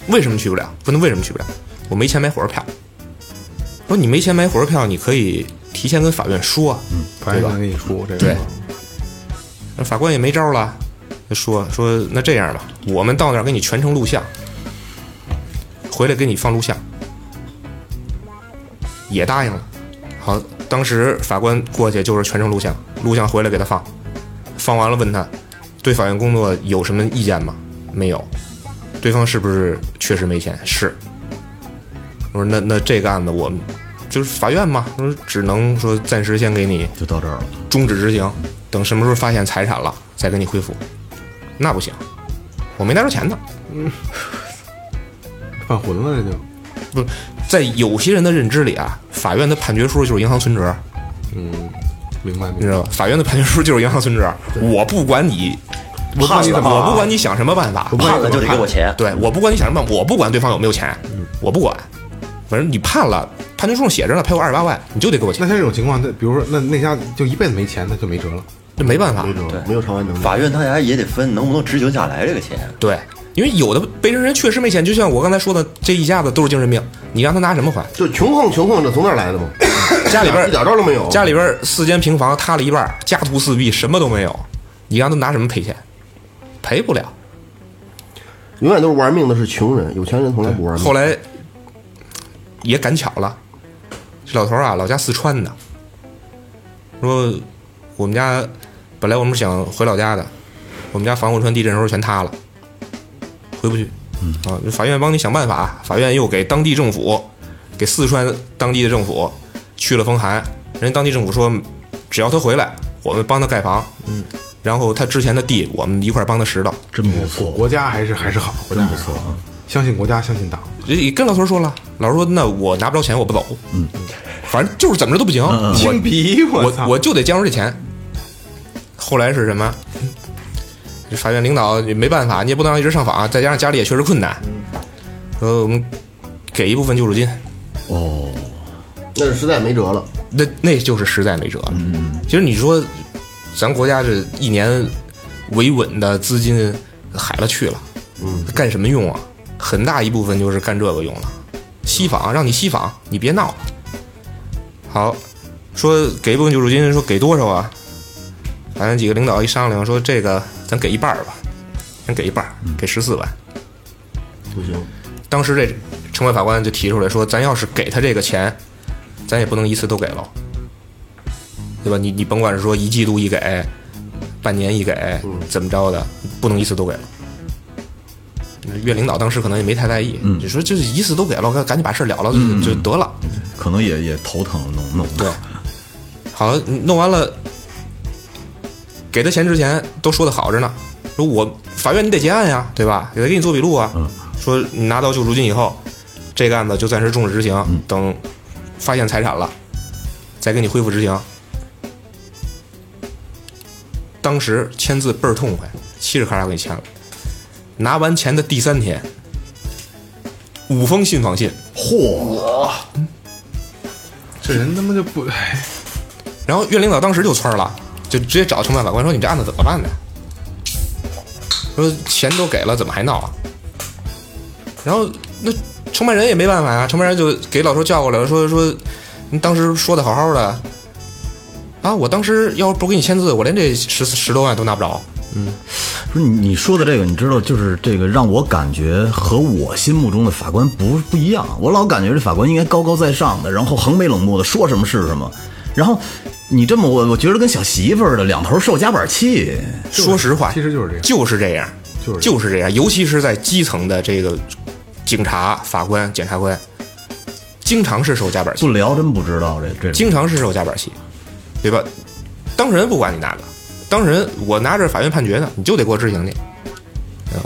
为什么去不了？问他为什么去不了？我没钱买火车票。我说你没钱买火车票，你可以提前跟法院说啊。嗯，
反正能给你出这个。
对那法官也没招儿了，就说说那这样吧，我们到那儿给你全程录像，回来给你放录像，也答应了。好，当时法官过去就是全程录像，录像回来给他放，放完了问他对法院工作有什么意见吗？没有。对方是不是确实没钱？是。我说那那这个案子我们就是法院嘛，我说只能说暂时先给你
就到这儿了。
终止执行，等什么时候发现财产了再给你恢复。那不行，我没拿着钱呢。
犯浑了这就。
不，在有些人的认知里啊，法院的判决书就是银行存折，
明白
你
明
知
白。
道吧？法院的判决书就是银行存折，我不管你。我不管你怎么，我不管你想什么办法，
判了就得给我钱
对，我不管你想什么办法，我不管对方有没有钱，我不管，反正你判了，判决书上写着呢，赔我二十八万，你就得给我钱
那，像这种情况，那比如说那那家就一辈子没钱，那就没辙了。
这啊没办法。
没有偿还能力。
法院他俩也得分能不能执行下来这个钱。
对，因为有的被人人确实没钱，就像我刚才说的，这一家子都是精神病，你让他拿什么还？
就穷横穷横，这从哪儿来的吗？
家里边儿
一点招都没有。
家里边儿四间平房塌了一半儿，家徒四壁，什么都没有，你让他拿什么赔钱？赔不了。
永远都是玩命的是穷人，有钱人从来不玩命。
后来也赶巧了，这老头儿啊，老家四川的，说我们家本来我们是想回老家的，我们家防护川地震时候全塌了，回不去。啊，法院帮你想办法，啊法院又给当地政府，给四川当地的政府去了封函，人家当地政府说，只要他回来，我们帮他盖房。嗯，然后他之前的地，我们一块儿帮他拾掇。
真不错，
国家还是还是好，国家
真不错啊！
相信国家，相信党。
也跟老头说了，老头说那我拿不着钱，我不走。嗯，反正就是怎么着都不行，
青皮，
我
操！
我我就得交出这钱。后来是什么？法院领导也没办法，你也不能让一直上访，再加上家里也确实困难，呃，我们给一部分救助金，
哦，
那是实在没辙了，
那那就是实在没辙了。
嗯
其实你说，咱国家这一年维稳的资金海了去了，嗯，干什么用啊？很大一部分就是干这个用了，吸访，让你吸访，你别闹了。好，说给一部分救助金，说给多少啊？反正几个领导一商量，说这个咱给一半儿吧，先给一半儿，给十四万。
嗯不行。
当时这城管法官就提出来说，咱要是给他这个钱，咱也不能一次都给了，对吧？你你甭管是说一季度一给，半年一给，怎么着的，不能一次都给了。岳领导当时可能也没太在意，你说就是一次都给了，赶赶紧把事儿了了就、就得了。
可能也也头疼，弄弄
对，好，弄完了，给他钱之前都说的好着呢，说我法院你得结案呀，对吧？得给你做笔录啊。说你拿到救助金以后，这个案子就暂时终止执行，等发现财产了，再给你恢复执行。当时签字倍儿痛快，嘁哩喀喳给你签了。拿完钱的第三天，五封信访信，
这人他妈就不，哎，
然后院领导当时就窜了，就直接找承办法官说：“你这案子怎么办呢？说钱都给了，怎么还闹啊？”然后那承办人也没办法呀、承办人就给老头叫过来了，说说你当时说的好好的啊，我当时要不给你签字，我连这十十多万都拿不着。
不是你你说的这个，你知道，就是这个让我感觉和我心目中的法官不不一样。我老感觉这法官应该高高在上的，然后横眉冷目的，说什么是什么。然后你这么我我觉得跟小媳妇儿似的，两头受夹板气。
说实话，
其实就是这样
就是这样，
就是这样
这样，尤其是在基层的这个警察、法官、检察官，经常是受夹板气。
不聊真不知道这这。
经常是受夹板气，对吧？当事人不管你拿的，当事人我拿着法院判决呢，你就得给我执行去。呃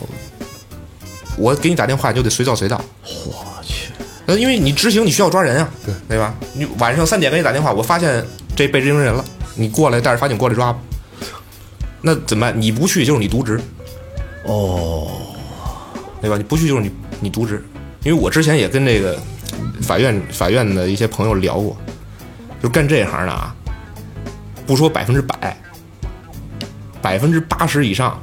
我给你打电话，你就得随叫随到。我去，那因为你执行，你需要抓人啊，对对吧？你晚上三点给你打电话，我发现这被执行人了，你过来带着法警过来抓吧。那怎么办？你不去就是你渎职，
哦
对吧？你不去就是你你渎职，因为我之前也跟这个法院法院的一些朋友聊过，就就干这行的啊，不说百分之百，百分之八十以上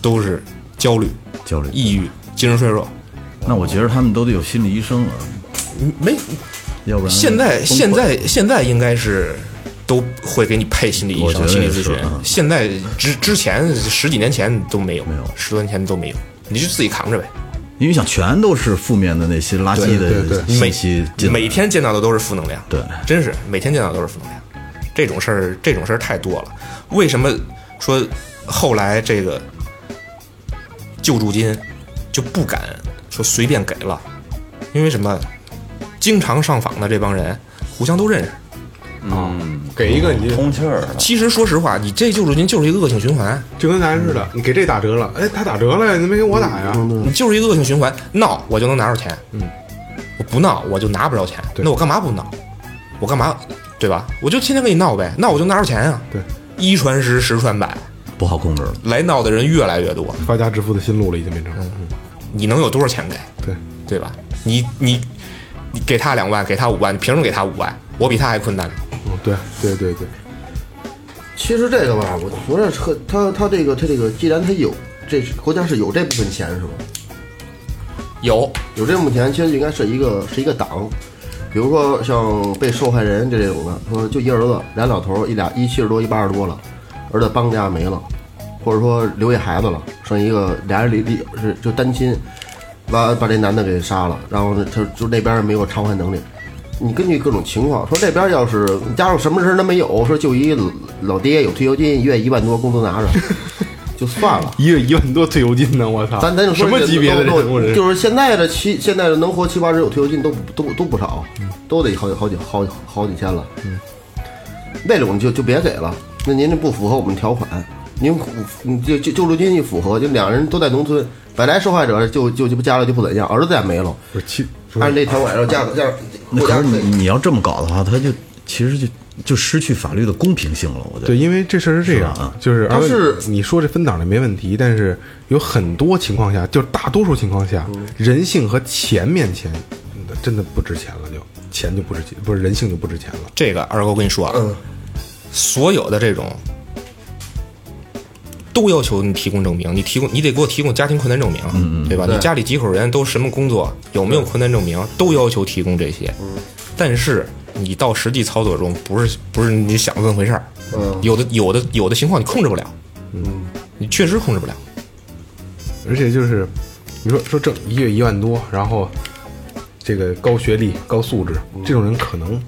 都是焦虑、
焦虑
抑郁、精神衰弱。
那我觉得他们都得有心理医生了，啊
没，
要不然
现在
崩溃
现在现在应该是都会给你配心理医
我觉
生、
得
心理
也
咨
是
询
嗯。
现在之之前十几年前都没有，没
有
十多年前都没有，你就自己扛着呗。
因为想全都是负面的那些垃圾
对对
的
对
信
每
息进来
每天见到的都是负能量，
对
真是每天见到的都是负能量。这种事儿，这种事儿太多了。为什么说后来这个救助金就不敢说随便给了？因为什么？经常上访的这帮人互相都认识。
给一个你就
通气儿了。
其实说实话，你这救助金就是一个恶性循环，
就跟咱似的，你给这打折了，哎，他打折了，你怎么没给我哎打呀？
嗯
你就是一个恶性循环。闹我就能拿着钱，嗯，我不闹我就拿不着钱，
对
那我干嘛不闹？我干嘛对吧？我就天天跟你闹呗，那我就拿着钱啊。
对，
一传十，十传百，
不好控制了。
来闹的人越来越多，
发家致富的新路了，已经变成。嗯，
你能有多少钱给？
嗯
对，
对吧？你你你给他两万，给他五万，你凭什么给他五万？我比他还困难呢。
嗯，对，对对对，
其实这个吧，我觉得和他他这个他这个，既然他有这国家是有这部分钱是吧？
有，
有这目前其实应该是一个是一个档，比如说像被受害人这种的，说就一儿子俩老头儿，一俩一七十多一八十多了，儿子帮家没了，或者说留一孩子了，剩一个俩人离离是就单亲，把把这男的给杀了，然后呢他就那边没有偿还能力。你根据各种情况说，这边要是家里什么事儿都没有，说就一老老爹有退休金，一月一万多工资拿着，就算了。
一个一万多退休金呢，我操！
咱咱就
啊什
说
么级别的人
这
物人？
就是现在的七，现在的能活七八十有退休金都不都都不少，
嗯
都得好几好几好几好几千了。嗯，那种就就别给了，那您这不符合我们条款。您符你就就救助金一符合，就两人都在农村，本来受害者就就就家里就不怎样，儿子也没了，
不是七，不
按
是
这条款要加加
那
国
可
家
是
给
你你要这么搞的话，他就其实就就失去法律的公平性了。我觉
对，
得
因为这事儿是这样，啊
啊
是吧
就是
他
而
是
且你说这分档的没问题，但是有很多情况下，就是大多数情况下，
嗯
人性和钱面前真的不值钱了，就钱就不值钱，不是人性就不值钱了。
这个二哥，我跟你说啊，所有的这种都要求你提供证明，你提供你得给我提供家庭困难证明，对吧？
对
你家里几口人都什么工作，有没有困难证明，都要求提供这些。但是你到实际操作中，不是不是你想的那么回事儿，有的有的有的情况你控制不了，你确实控制不了。
而且就是你说说挣一月一万多，然后这个高学历、高素质这种人可能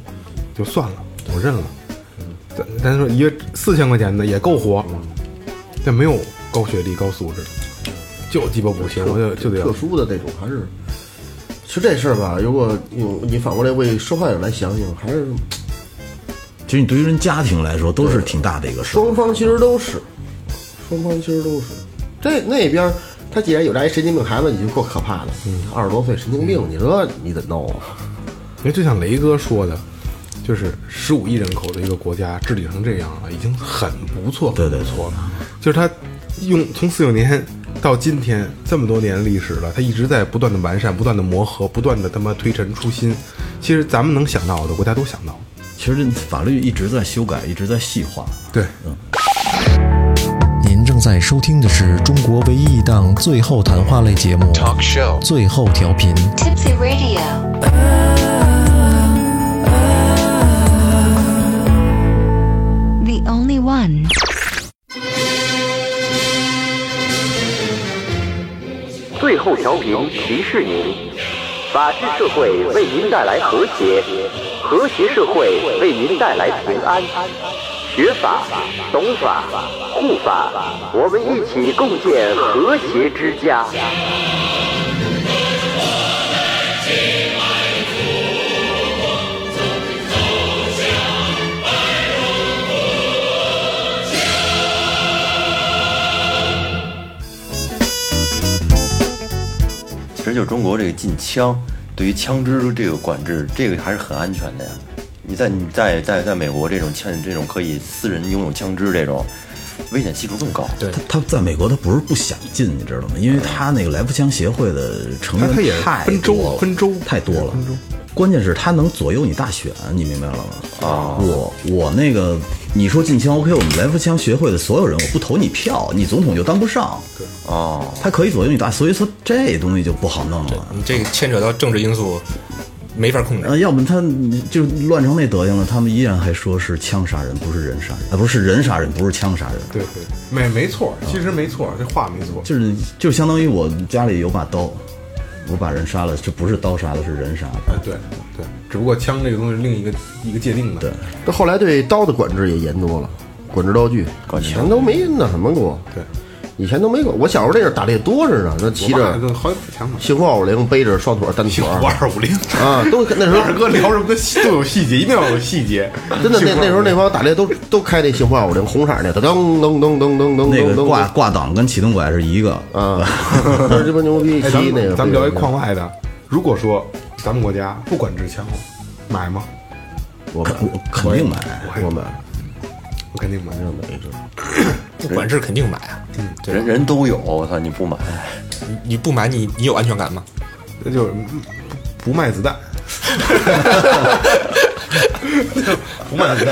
就算了，我认了。咱咱说一个四千块钱的也够活，但没有高学历、高素质，就鸡巴不行，我就就得要
特。殊的那种，还是其实这事儿吧，如果你你反过来为受害者来想想，还是
其实你对于人家庭来说都是挺大的一个事儿。
双方其实都是，双方其实都是。这那边儿他既然有这一神经病孩子，你就够可怕的。二十多岁神经病，你说你怎么弄啊？
因为就像雷哥说的，就是十五亿人口的一个国家治理成这样了，已经很不错，
对对
很不错了。就是他用从四九年到今天这么多年历史了，他一直在不断的完善、不断的磨合、不断的他妈推陈出新。其实咱们能想到的，国家都想到。
其实法律一直在修改，一直在细化。
对，
您正在收听的是中国唯一一档最后谈话类节目《Talk Show》，最后调频。
Tipsy Radio. The only one.
最后调频提示您：法治社会为您带来和谐，和谐社会为您带来平安。学法、懂法、护法，我们一起共建和谐之家。
其实就中国这个禁枪，对于枪支这个管制，这个还是很安全的呀。你在你在在在美国这种枪这种可以私人拥有枪支这种，危险系数更高。
对
他他在美国他不是不想进，你知道吗？因为他那个来福枪协会的成员
他他也是
太
分州
多了
分州
太多了
分州，
关键是它能左右你大选，你明白了吗？啊，我我那个，你说禁枪 OK，我们来福枪学会的所有人，我不投你票，你总统就当不上。
哦，
它可以左右你大，所以说这东西就不好弄了。
你这个牵扯到政治因素，没法控制。
呃，要不他就乱成那德行了，他们依然还说是枪杀人，不是人杀人，啊，不是人杀人，不是枪杀人，
对对，没没错，其实没错，这话没错。
就是就相当于我家里有把刀，我把人杀了，这不是刀杀的，是人杀的。
对对，只不过枪这个东西是另一个一个界定的。
对，
这后来对刀的管制也严多了，管制刀具，以前都没那什么过。
对，
以前都没过。我小时候那阵打猎多着呢，那骑
我爸
着
就好几把枪呢。
幸福二五零，背着双腿儿单腿儿
五二五零，
啊，都那时候
二哥聊什么 都细都有细节，一定要有细节。
真的那那时候那
帮
帮打猎都都开那幸福二五零红色儿那噔噔噔噔噔噔噔
那
噔
个
噔
挂挂档跟启动拐是一个，
啊，这不牛逼！
哎， 咱
骑那
们
个
咱们聊一
矿
框外的，如果说咱们国家不管制枪了，买吗？
我我肯定买。
我们
我肯定买。
不管制肯定买啊，
人人都有，我操，你不买，
你你不买你你有安全感吗？
那就是嗯不卖 子弹，不卖子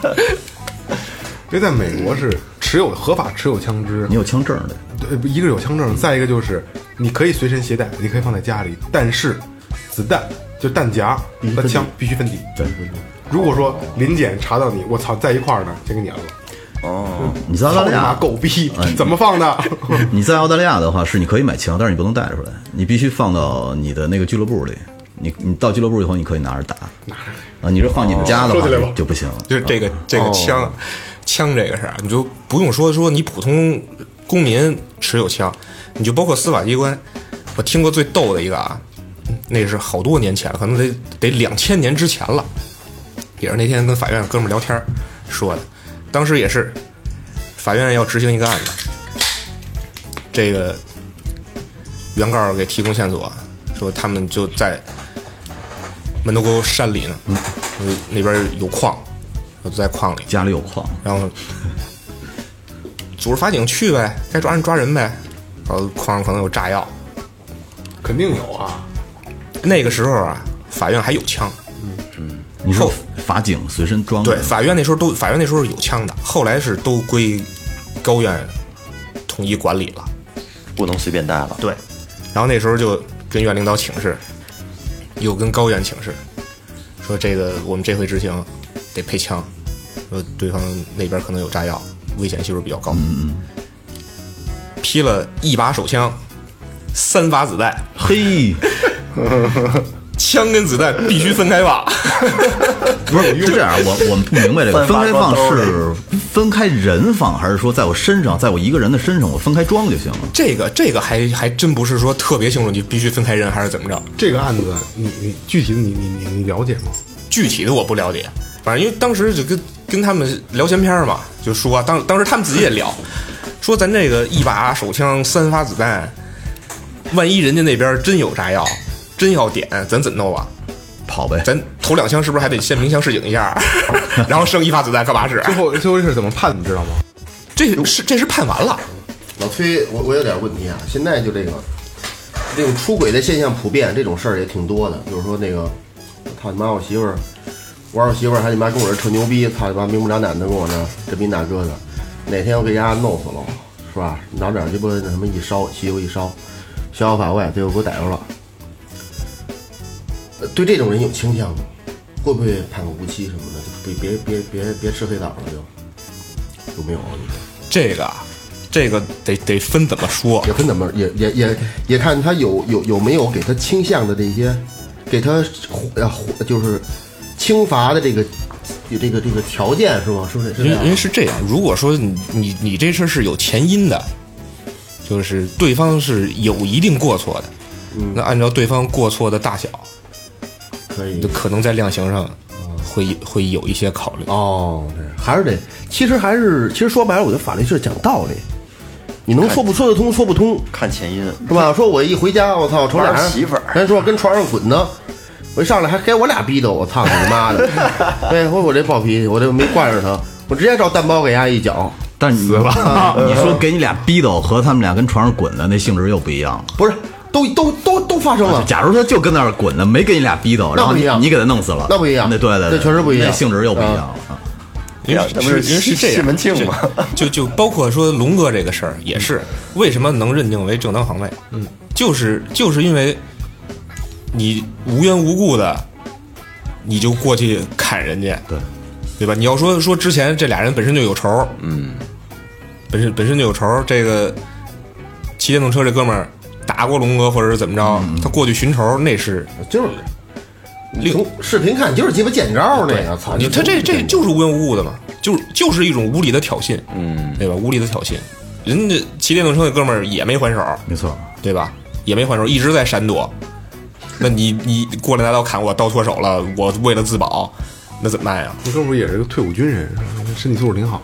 弹，因为在美国是持有合法持有枪支
你，有枪证的，
对一个是有枪证，再一个就是你可以随身携带，你可以放在家里，但是子弹就弹夹和枪必须分抵。对，如果说临检查到你，我操，在一块儿呢，先给你摁了。
你在澳大
操
利
你妈
亚，
狗逼，怎么放的？
你在澳大利亚的话是你可以买枪，但是你不能带出来，你必须放到你的那个俱乐部里。你你到俱乐部以后，你可以拿着打。啊，你这放你们家的
说
话
起来吧
就不行。
就是这个这个枪，枪这个事儿啊，你就不用说说你普通公民持有枪，你就包括司法机关，我听过最逗的一个啊，那是好多年前了，可能得得两千年之前了，也是那天跟法院哥们儿聊天儿说的，当时也是法院要执行一个案子，这个原告给提供线索，说他们就在门头沟山里呢，嗯，那边有矿，我就在矿里，
家里有矿，
然后组织法警去呗，该抓人抓人呗，然后矿上可能有炸药，
肯定有啊，
那个时候啊，法院还有枪，
嗯你说
后
法警随身装
哦对
着，
法院那时候都法院那时候是有枪的，后来是都归高院统一管理了。
不能随便带了。
对，然后那时候就跟院领导请示，又跟高院请示，说这个我们这回执行得配枪，说对方那边可能有炸药，危险系数比较高。嗯嗯。批了一把手枪，三发子弹，
嘿，
枪跟子弹必须分开放。
不是是这样，啊我我们不明白这个分
翻
开
发
放
装兜
是分开人放，还是说在我身上，在我一个人的身上，我分开装就行了？
这个这个还还真不是说特别清楚，你必须分开人还是怎么着？
这个案子你你具体的你你你你了解吗？
具体的我不了解，反正因为当时就跟跟他们聊闲篇儿嘛，就说当当时他们自己也 聊，说咱这个一把手枪三发子弹，万一人家那边真有炸药，真要点，咱怎么弄啊？
跑呗，
咱头两枪是不是还得先鸣枪示警一 下，然后剩一发子弹干嘛使？
最后最后这事怎么判你知道吗？
这是这是判完了，
老崔，我我有点问题啊，现在就这个这种出轨的现象普遍，这种事儿也挺多的。比如说那个，我操你妈，我媳妇儿，我让我媳妇儿还你妈跟我这吹牛逼，操你妈明目张胆的跟我这这逼那这的，哪天我给家弄死了，是吧？哪哪这不那什么一烧，西游一烧，逍遥法外，最后给我逮着了。呃对这种人有倾向吗？会不会判个无期什么的？就别别别别别吃黑枣了就，有没有？你说？
这个啊这个得得分怎么说
也，分怎么也也也也看他有有有没有给他倾向的这些，给他呃就是轻罚的这个有这个这个条件是吗？是不是？是这
因为
样
因为是这样，如果说你你你这事儿是有前因的，就是对方是有一定过错的，那按照对方过错的大小，
可以
就可能在量刑上会会有一些考虑。
哦，对，还是得，其实还是其实说白了，我觉得法律是讲道理，你能说不说得通说不通
看前因，
是吧？说我一回家，我操，瞅俩
玩
人
儿媳妇儿
人说跟床上滚呢。我一上来还给我俩逼的，我操你妈 的！哎，我我这暴脾气，我这没惯着他，我直接照蛋包给丫一脚，
但是你你说给你俩逼斗和他们俩跟床上滚的那性质又不一样了。
不是，都都都都发生了。
假如他就跟那儿滚呢，没给你俩逼斗，
那
然后
不一
你
样
你给他弄死了，
那不一样
那对对，
那确实不一样
那性质又不一样了。啊
因为
那不是
因为是这样，
西门庆吗 嗯
就就就包括说龙哥这个事儿也是，为什么能认定为正当防卫？嗯，就是就是因为你无缘无故的，你就过去砍人家，对对吧？你要说说之前这俩人本身就有仇，
嗯，
本身本身就有仇，这个骑电动车这哥们儿打过龙哥或者是怎么着，
嗯
他过去寻仇那是
就是
另
从视频看就是鸡巴见招那个，操！
你他这这就是无缘无故的嘛，就是就是一种无理的挑衅，
嗯，
对吧？无理的挑衅，人家骑电动车的哥们儿也没还手，
没错，
对吧？也没还手，一直在闪躲。那你你过来拿刀砍我，刀脱手了，我为了自保，那怎么办呀？
那哥们儿也是个退伍军人，身体素质挺好。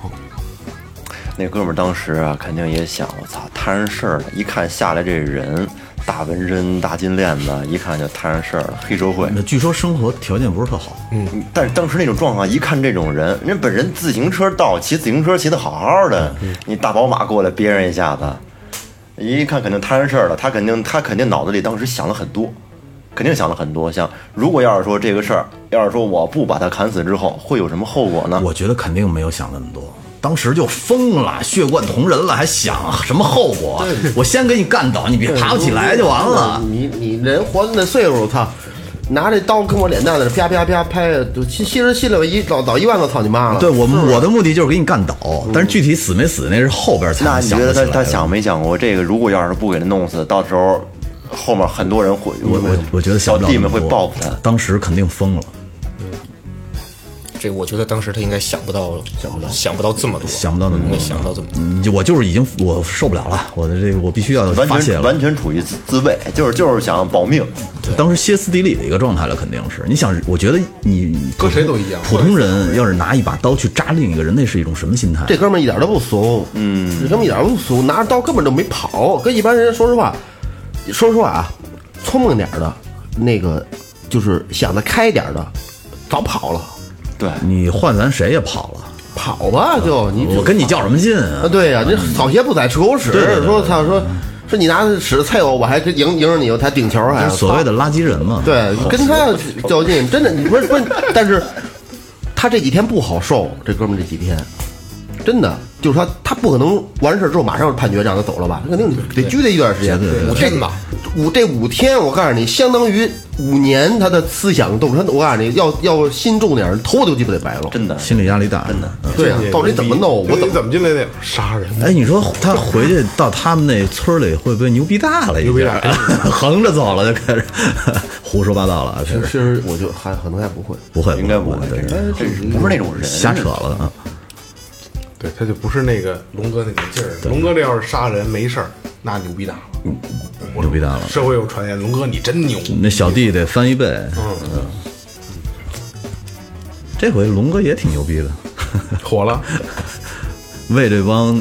那哥们儿当时啊，肯定也想，我操，摊上事儿了。一看下来这人，大纹身、大金链子，一看就摊上事儿了，黑社会。
那据说生活条件不是特好，
嗯
但是当时那种状况，一看这种人，人本人自行车道，骑自行车骑得好好的，你大宝马过来憋人一下子，一看肯定摊上事儿了。他肯定他肯定脑子里当时想了很多，肯定想了很多。像如果要是说这个事儿，要是说我不把他砍死之后，会有什么后果呢？
我觉得肯定没有想那么多，当时就疯了，血贯同人了，还想什么后果？我先给你干倒，你别爬不起来就完了。
你你人活那岁数，操！拿这刀跟我脸蛋子啪啪啪拍，就其其实心里边一早早一万个操你妈了。
对我
啊
我的目的就是给你干倒，但是具体死没死那是后边才
嗯那
能
你
想
觉得
得起
他
来
他
的
想没想过这个？如果要是不给他弄死，到时候后面很多人会，
我我我觉得想
小
不了
弟
那
们
么
会
多
报复他。
当时肯定疯了，
这我觉得当时他应该想不到，想不到，想不到这么多，
想不到那么多
嗯想不到这么多。
你我就是已经我受不了了，我的这个我必须要发
完
泄
全
了
完。全处于自自卫，就是就是想保命。
当时歇斯底里的一个状态了，肯定是。你想，我觉得你
搁谁都一样
普通人要是拿一把刀去扎另一个人，那是一种什么心态？
这哥们儿一点都不怂，嗯，这哥们儿一点都不怂，拿着刀根本就没跑。跟一般人说实话，说实话啊，聪明点儿的，那个就是想得开点儿的，早跑了，
对，
你换咱谁也跑了，
跑吧就你
我跟你较什么劲啊
啊，？对呀、这草鞋不踩臭狗屎，说操
嗯
说说你拿尺踩我，我还跟赢赢着你，我才顶球还
这是所谓的垃圾人嘛？哦
对，跟他较劲，真的，你不是不是，但是他这几天不好受，这哥们儿这几天，真的就是他，他不可能完事儿之后马上判决让他走了吧？他肯定得拘他一段时间，五天吧。五这五天，我告诉你，相当于五年他的思想斗争。我告诉你，要要心重点儿，头都鸡巴得白了。
真的
心理压力大，嗯真的。
对啊，到底怎么弄？我
对
怎
你
么
怎么进来的？杀人！
哎，你说他回去到他们那村儿里会不会牛逼大了？牛逼
啊哎
大， 横着走了就开始 胡说八道了，开
其
始
实我觉得还可能还不会。
不会，
应该
不
不会，嗯
对
这是这是不是那种人，
瞎扯了啊！
对，他就不是那个龙哥那种劲儿。龙哥这要是杀人没事儿，那牛逼大了。
牛逼大了。
社会有传言，龙哥你真牛。
那小弟得翻一倍。嗯，这回龙哥也挺牛逼的，
火了，
为这帮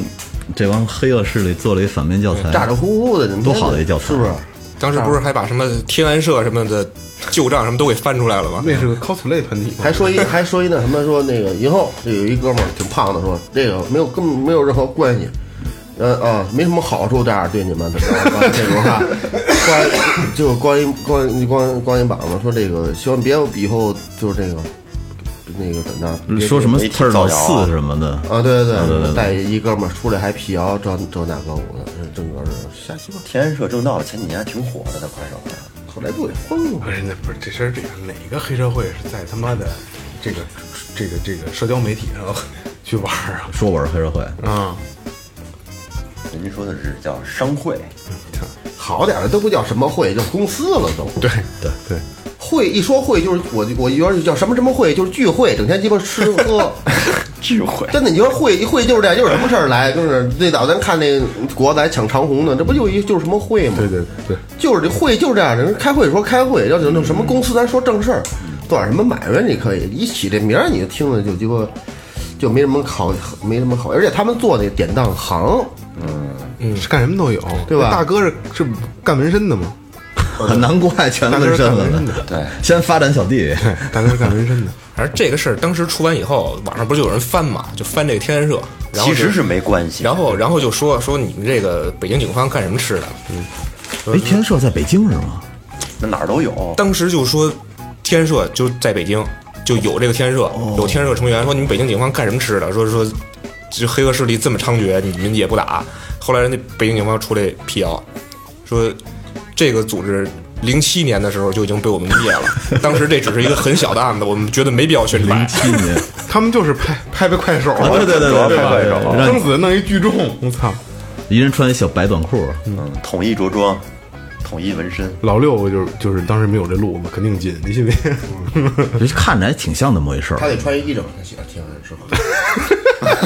这帮黑恶势力做了一反面教材。
咋咋呼呼的，你们
哎多好的一教材
是不是？
当时不是还把什么天安社什么的旧账什么都给翻出来了吗？
那是个 cosplay 团体，
还说 一还说一那什么说那个以后这有一哥们儿挺胖的说这个没有根本没有任何关系，呃啊没什么好处这样对你们的 这种话，关就光一光一光光一膀子说这个希望别以后就是这个那个怎么着
嗯说什么
别
刺儿老
造谣啊
四什么的，
啊对对对，带一哥们儿出来还辟谣这这那个我的，这整个是瞎鸡巴，
天安社正道前几年还挺火的，在快手上。
后来不给封了
不。是哎那不是这事儿，这个哪个黑社会是在他妈的这个这个这个社交媒体上 去玩儿啊？
说我是黑社会，
啊，
人家说的是叫商会，
好点儿的都不叫什么会，叫公司了都。
对对对，
会一说会就是我我一边叫什么什么会，就是聚会，整天鸡巴吃 喝。
聚会
真的，你说会一会就是这样，就是什么事儿来，就是最早咱看那个国咱抢长虹呢，这不就一就是什么会吗？
对对对，
就是这会就是这样，人开会说开会，要是弄什么公司咱说正事儿，做点什么买卖你可以，一起这名儿你就听着就鸡巴就没什么好没什么好，而且他们做那典当行，
是干什么都有，
对吧
大哥是是干纹身的吗？
难怪全
大
纹身
哥是干
了
纹身的。嗯
对，
嗯先发展小弟，
对，大哥是干纹身的，
而这个事儿当时出完以后，网上不是就有人翻嘛，就翻这个天安社，然后
其
就
实是没关系。
然后然后就说说你们这个北京警方干什么吃的？嗯，
哎，天社在北京是吗？
那哪儿都有。
当时就说天社就在北京，就有这个天社，有天社成员说你们北京警方干什么吃的？说说这黑恶势力这么猖獗，你们也不打。后来人家北京警方出来辟谣，说这个组织。零七年的时候就已经被我们灭了，当时这只是一个很小的案子，我们觉得没必要宣传。
七年，
他们就是拍拍拍快手，
对对对对对
拍快手，
让
生
你
死弄一聚众，我操！
一人穿一小白短裤，
嗯，统一着装，统一纹身，
老六就是就是当时没有这路子，肯定进，你信不信？
这看着还挺像那么回事儿
他。得穿一衣裳，他喜欢听人说。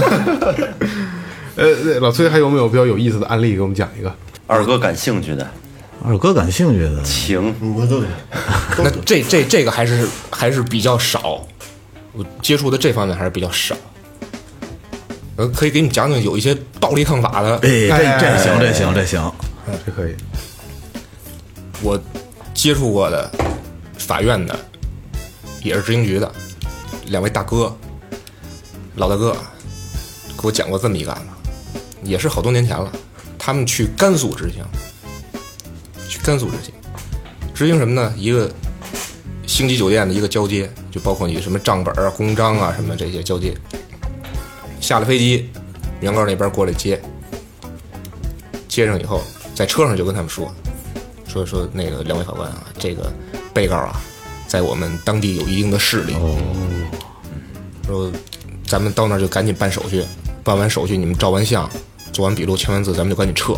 呃，对老崔还有没有比较有意思的案例给我们讲一个？
二哥感兴趣的
二哥感兴趣的，
情，
我都
那这这这个还是还是比较少，我接触的这方面还是比较少。呃，可以给你讲讲有一些暴力抗法的，
哎，这这行
哎
这行这行，
这可以，
我接触过的，法院的，也是执行局的，两位大哥，老大哥给我讲过这么一个案子，也是好多年前了。他们去甘肃执行，去甘肃执行，执行什么呢？一个星级酒店的一个交接，就包括你什么账本啊、公章啊什么这些交接。下了飞机，原告那边过来接，接上以后，在车上就跟他们说，说说那个两位法官啊，这个被告啊，在我们当地有一定的势力。哦，说咱们到那儿就赶紧办手续，办完手续你们照完相，做完笔录，签完字，咱们就赶紧撤。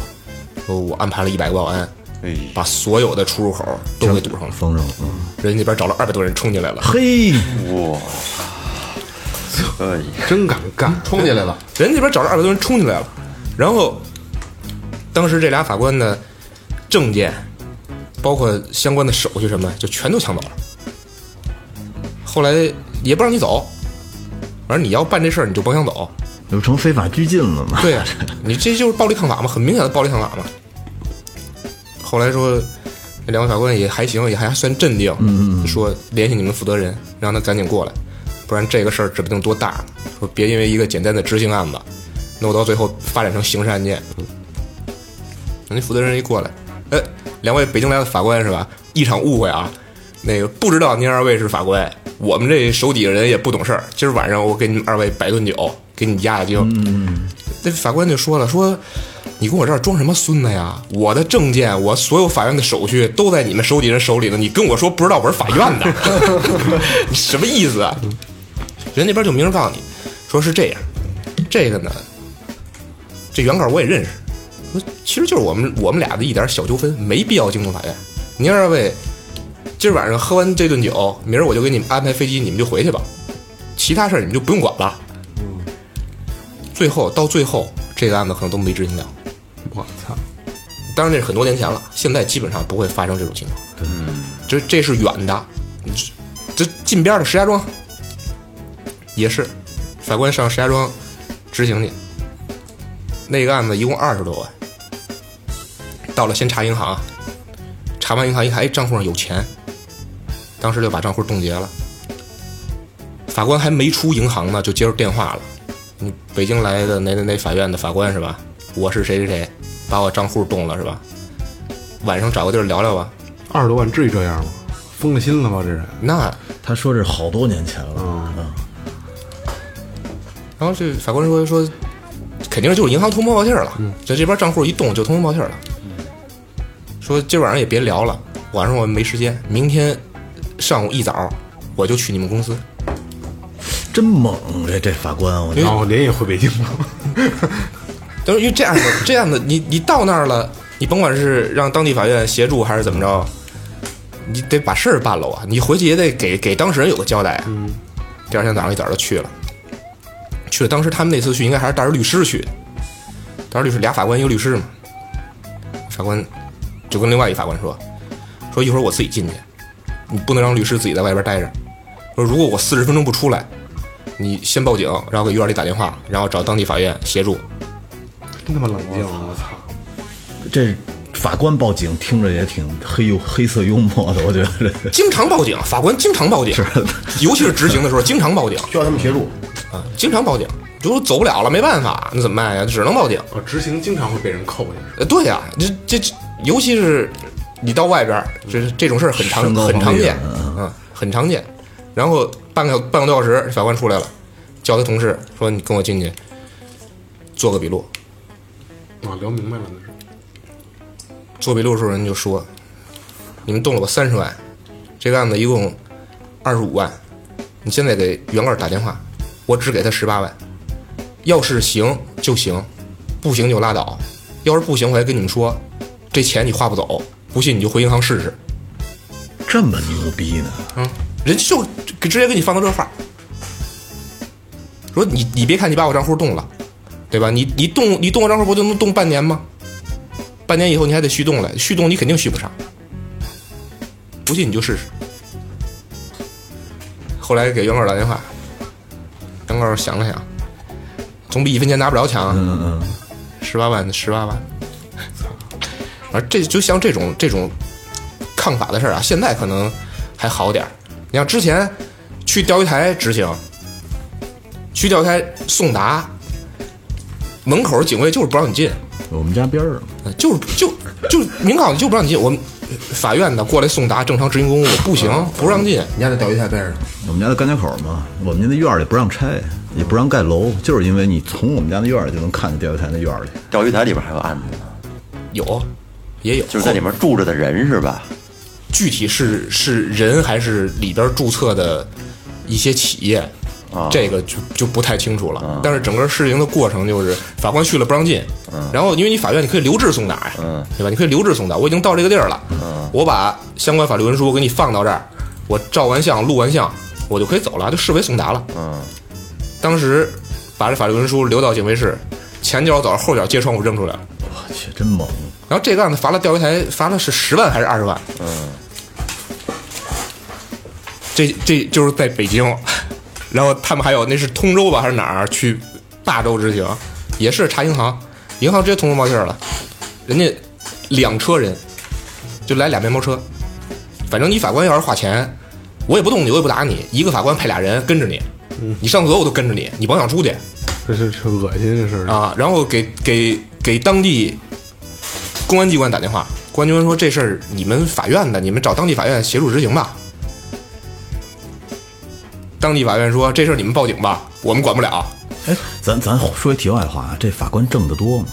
说我安排了一百个保安，
哎，
把所有的出入口都给堵上了。
风筝，嗯
人家那边找了二百多人冲进来了，
嘿，
哇，哎，
真敢干，
冲进来了，
人家那边找了二百多人冲进来了。然后，当时这俩法官的证件，包括相关的手续什么，就全都抢走了。后来也不让你走，反正你要办这事儿你就甭想走。
这不成非法拘禁了吗？
对呀、你这就是暴力抗法嘛，很明显的暴力抗法嘛。后来说，那两位法官也还行，也还算镇定，嗯嗯说联系你们负责人，让他赶紧过来，不然这个事儿指不定多大呢。说别因为一个简单的执行案子，弄到最后发展成刑事案件。人家负责人一过来，哎，两位北京来的法官是吧？一场误会啊，那个不知道您二位是法官，我们这手底下人也不懂事儿。今儿晚上我给你们二位摆顿酒，给你们压压惊。那法官就说了，说你跟我这儿装什么孙子呀？我的证件，我所有法院的手续都在你们手底人手里呢。你跟我说不知道我是法院的，你什么意思啊？人那边就明着告诉你，说是这样，这个呢，这原告我也认识，说其实就是我们我们俩的一点小纠纷，没必要惊动法院。您二位今儿晚上喝完这顿酒，明儿我就给你们安排飞机，你们就回去吧，其他事儿你们就不用管了。最后到最后，这个案子可能都没执行了。
我操！
当然，这是很多年前了，现在基本上不会发生这种情况。嗯，这这是远的，你这这近边的石家庄也是，法官上石家庄执行去。那个案子一共二十多万，到了先查银行，查完银行一看，哎，账户上有钱，当时就把账户冻结了。法官还没出银行呢，就接着电话了。你北京来的哪哪哪法院的法官是吧？我是谁谁谁，把我账户冻了是吧？晚上找个地儿聊聊吧。
二十多万至于这样吗？疯了心了吗？这人
那
他说这是好多年前
啊
了，嗯
然后这法官说说，肯定就是银行通风报信儿了，这这边账户一动就通风报信儿了。说今晚上也别聊了，晚上我没时间，明天上午一早我就去你们公司。
真猛这这法官，我觉
哎
然后连夜回北京了。
但是因为这样子，这样子，你你到那儿了，你甭管是让当地法院协助还是怎么着，你得把事儿办了啊！你回去也得给给当事人有个交代啊。第二天早上一早就去了，去了。当时他们那次去应该还是带着律师去，带着律师俩法官一个律师嘛。法官就跟另外一法官说：“说一会儿我自己进去，你不能让律师自己在外边待着。说如果我四十分钟不出来，你先报警，然后给院里打电话，然后找当地法院协助。”
真他妈冷静！啊我操！
得这法官报警听着也挺黑幽黑色幽默的，我觉得这
经常报警，法官经常报警，尤其是执行的时候，经常报警
需要他们协助。
啊，经常报警。就说走不了了，没办法，那怎么办呀？只能报警。
哦，执行经常会被人扣下，
呃，对呀、这这这尤其是你到外边儿，这这种事儿很常
身高
很常
方
见
面，
嗯，很常见。然后半个半个多小时，法官出来了，叫他同事说：“你跟我进去做个笔录。
啊，聊明白了那是。”
做笔录的时候，人就说：“你们动了我三十万，这个案子一共二十五万，你现在给原告打电话，我只给他十八万，要是行就行，不行就拉倒。要是不行，我还跟你们说，这钱你花不走，不信你就回银行试试。”
这么牛逼呢？
嗯，人家就给直接给你放到这话，说你你别看你把我账户动了，对吧？你你动你动我账户不就能动半年吗？半年以后你还得续动来，续动你肯定续不上，不信你就试试。后来给原告打电话，原告想了想，总比一分钱拿不着强。嗯嗯，十八万，十八万。而这就像这种这种抗法的事儿啊，现在可能还好点儿。你像之前去钓鱼台执行，去钓鱼台送达，门口警卫就是不让你进，
我们家边儿上，啊
呃就是就就明告诉你就不让你进。我们呃法院的过来送达，正常执行公务不行，不让进。
你家在钓鱼台边上，
我们家在甘家口嘛，我们家那院儿里不让拆，也不让盖楼，就是因为你从我们家那院儿里就能看见钓鱼台那院儿里。
钓鱼台里边还有案子呢，
有，也有，
就是在里面住着的人是吧？
具体是是人还是里边注册的一些企业，这个就就不太清楚了。但是整个事情的过程就是法官去了不让进，然后因为你法院你可以留置送达呀，对吧？你可以留置送达，我已经到这个地儿了，我把相关法律文书给你放到这儿，我照完相录完相，我就可以走了，就视为送达了。
嗯，
当时把这法律文书留到警卫室，前脚走，后脚接窗户扔出来了。
我去，真猛！
然后这个案子罚了钓鱼台，罚了是十万还是二十万？
嗯，
这这就是在北京，然后他们还有那是通州吧还是哪儿去霸州执行，也是查银行，银行直接通风报信儿了，人家两车人就来俩面包车，反正你法官要是花钱，我也不动你，我也不打你，一个法官配俩人跟着你，你上厕所我都跟着你，你甭想出去
这是这恶心，这是
啊。然后给给给当地公安机关打电话，公安机关说这事儿你们法院的，你们找当地法院协助执行吧。当地法院说这事儿你们报警吧，我们管不了。
哎，咱咱说一题外话啊，这法官挣得多吗？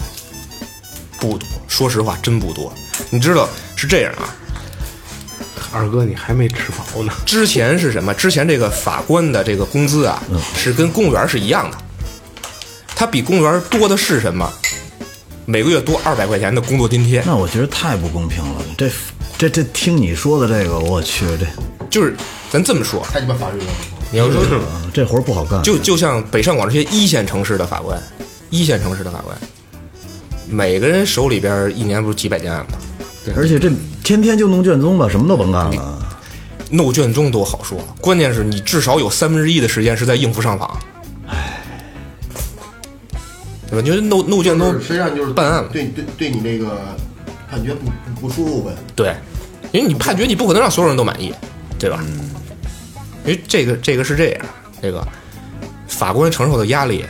不多，说实话真不多。你知道是这样啊？
二哥，你还没吃饱 呢。
之前是什么？之前这个法官的这个工资啊，是跟公务员是一样的，他比公务员多的是什么？每个月多二百块钱的工作津贴。
那我觉得太不公平了，这这这听你说的这个，我去这
就是咱这么说，
太鸡巴法律了。
你要说
啊这活儿不好干，
就就像北上广这些一线城市的法官，一线城市的法官，每个人手里边一年不是几百件案子，
而且这天天就弄卷宗吧，什么都甭干了。
弄卷宗都好说，啊关键是你至少有三分之一的时间是在应付上访。对吧？你说弄弄卷宗
实际上就是
办案了，
对对对你这个判决不不不舒服呗。
对，因为你判决你不可能让所有人都满意，对吧？因为这个这个是这样，这个法官承受的压力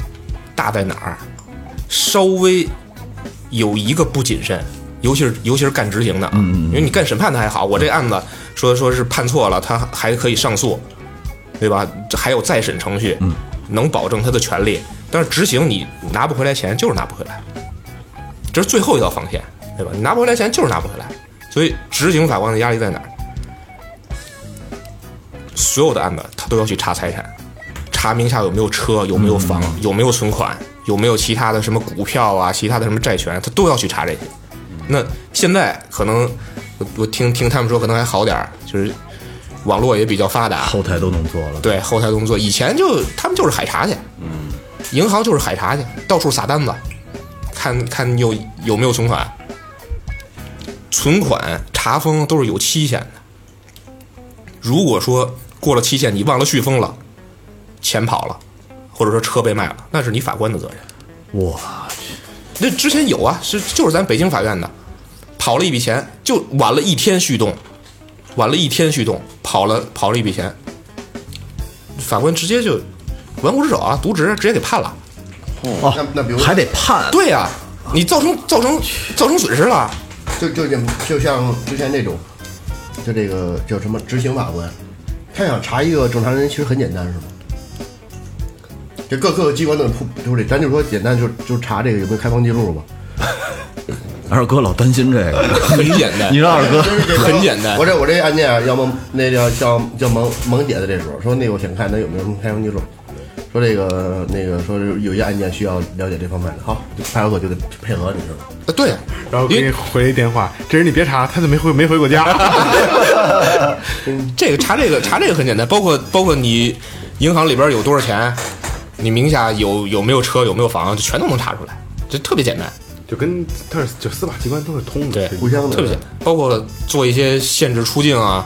大在哪儿？稍微有一个不谨慎，尤其是尤其是干执行的，嗯嗯，因为你干审判的还好，我这案子说说是判错了，他还可以上诉，对吧？这还有再审程序，嗯，能保证他的权利。但是执行你拿不回来钱就是拿不回来，这是最后一道防线，对吧？你拿不回来钱就是拿不回来，所以执行法官的压力在哪儿？所有的案子他都要去查财产，查名下有没有车，有没有房，有没有存款，有没有其他的什么股票啊，其他的什么债权，他都要去查这些。那现在可能我我听听他们说可能还好点儿，就是网络也比较发达，
后台都弄错了，
对后台工作，以前就他们就是海查去，嗯，银行就是海查去，到处撒单子，看看有有没有存款，存款查封都是有期限的。如果说过了期限，你忘了续封了，钱跑了，或者说车被卖了，那是你法官的责任。
我
那之前有啊，是就是咱北京法院的，跑了一笔钱，就晚了一天续动，晚了一天续动，跑了跑了一笔钱，法官直接就玩忽职守啊，渎职直接给判了。
那那比如
哦还得判，
对呀、你造成造成造成损失了，
就就就就像之前那种，就这个叫什么执行法官，他想查一个正常人，其实很简单，是吗？就各各个机关都扑，就是这咱就说简单，就就查这个有没有开房记录吧。
二哥老担心这个，
很简 单
你让二 哥
真是这种
很简单
我这我这案件啊，要么那叫叫叫萌萌姐的这时候说那个我想看他有没有什么开房记录，说这个那个说有一些案件需要了解这方面的，好，就派出所就得配合你知道吗？
啊，对啊，
然后给你回一电话，这人你别查，他怎么没回没回过家？
这个查这个查这个很简单，包括包括你银行里边有多少钱，你名下有有没有车有没有房，就全都能查出来，这特别简单。
就跟他是就司法机关都是通的，
对
这，
互相的
特别简单，包括做一些限制出境啊，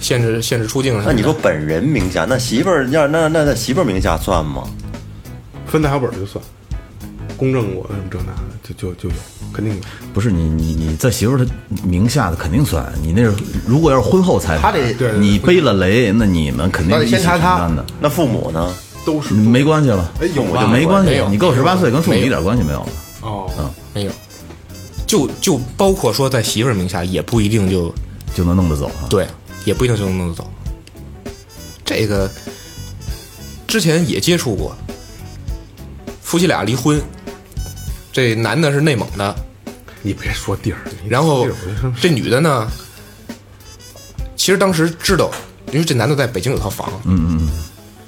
限制限制出境什么的。
那你说本人名下，那媳妇儿要那那在媳妇儿名下算吗？
分代号本儿就算，公证我什么这那的就就就有，肯定有。
不是你你你在媳妇儿她名下的肯定算，你那是如果要是婚后财
他
产，
得
对
你背了雷，那你们肯定
那得
是一
先
起
查
承
他
担的，
那父母呢？
都是
没关系了，
哎有
我
吧
就没关系
没有，
你够十八岁跟父母
没有
一点关系没有了。
哦，
没有，就就包括说在媳妇儿名下也不一定就
就能弄得走啊。
对，也不一定就能弄得走。这个之前也接触过，夫妻俩离婚，这男的是内蒙的，
你别说地儿，你
然后
地儿我就
这女的呢，其实当时知道，因为这男的在北京有套房，嗯嗯，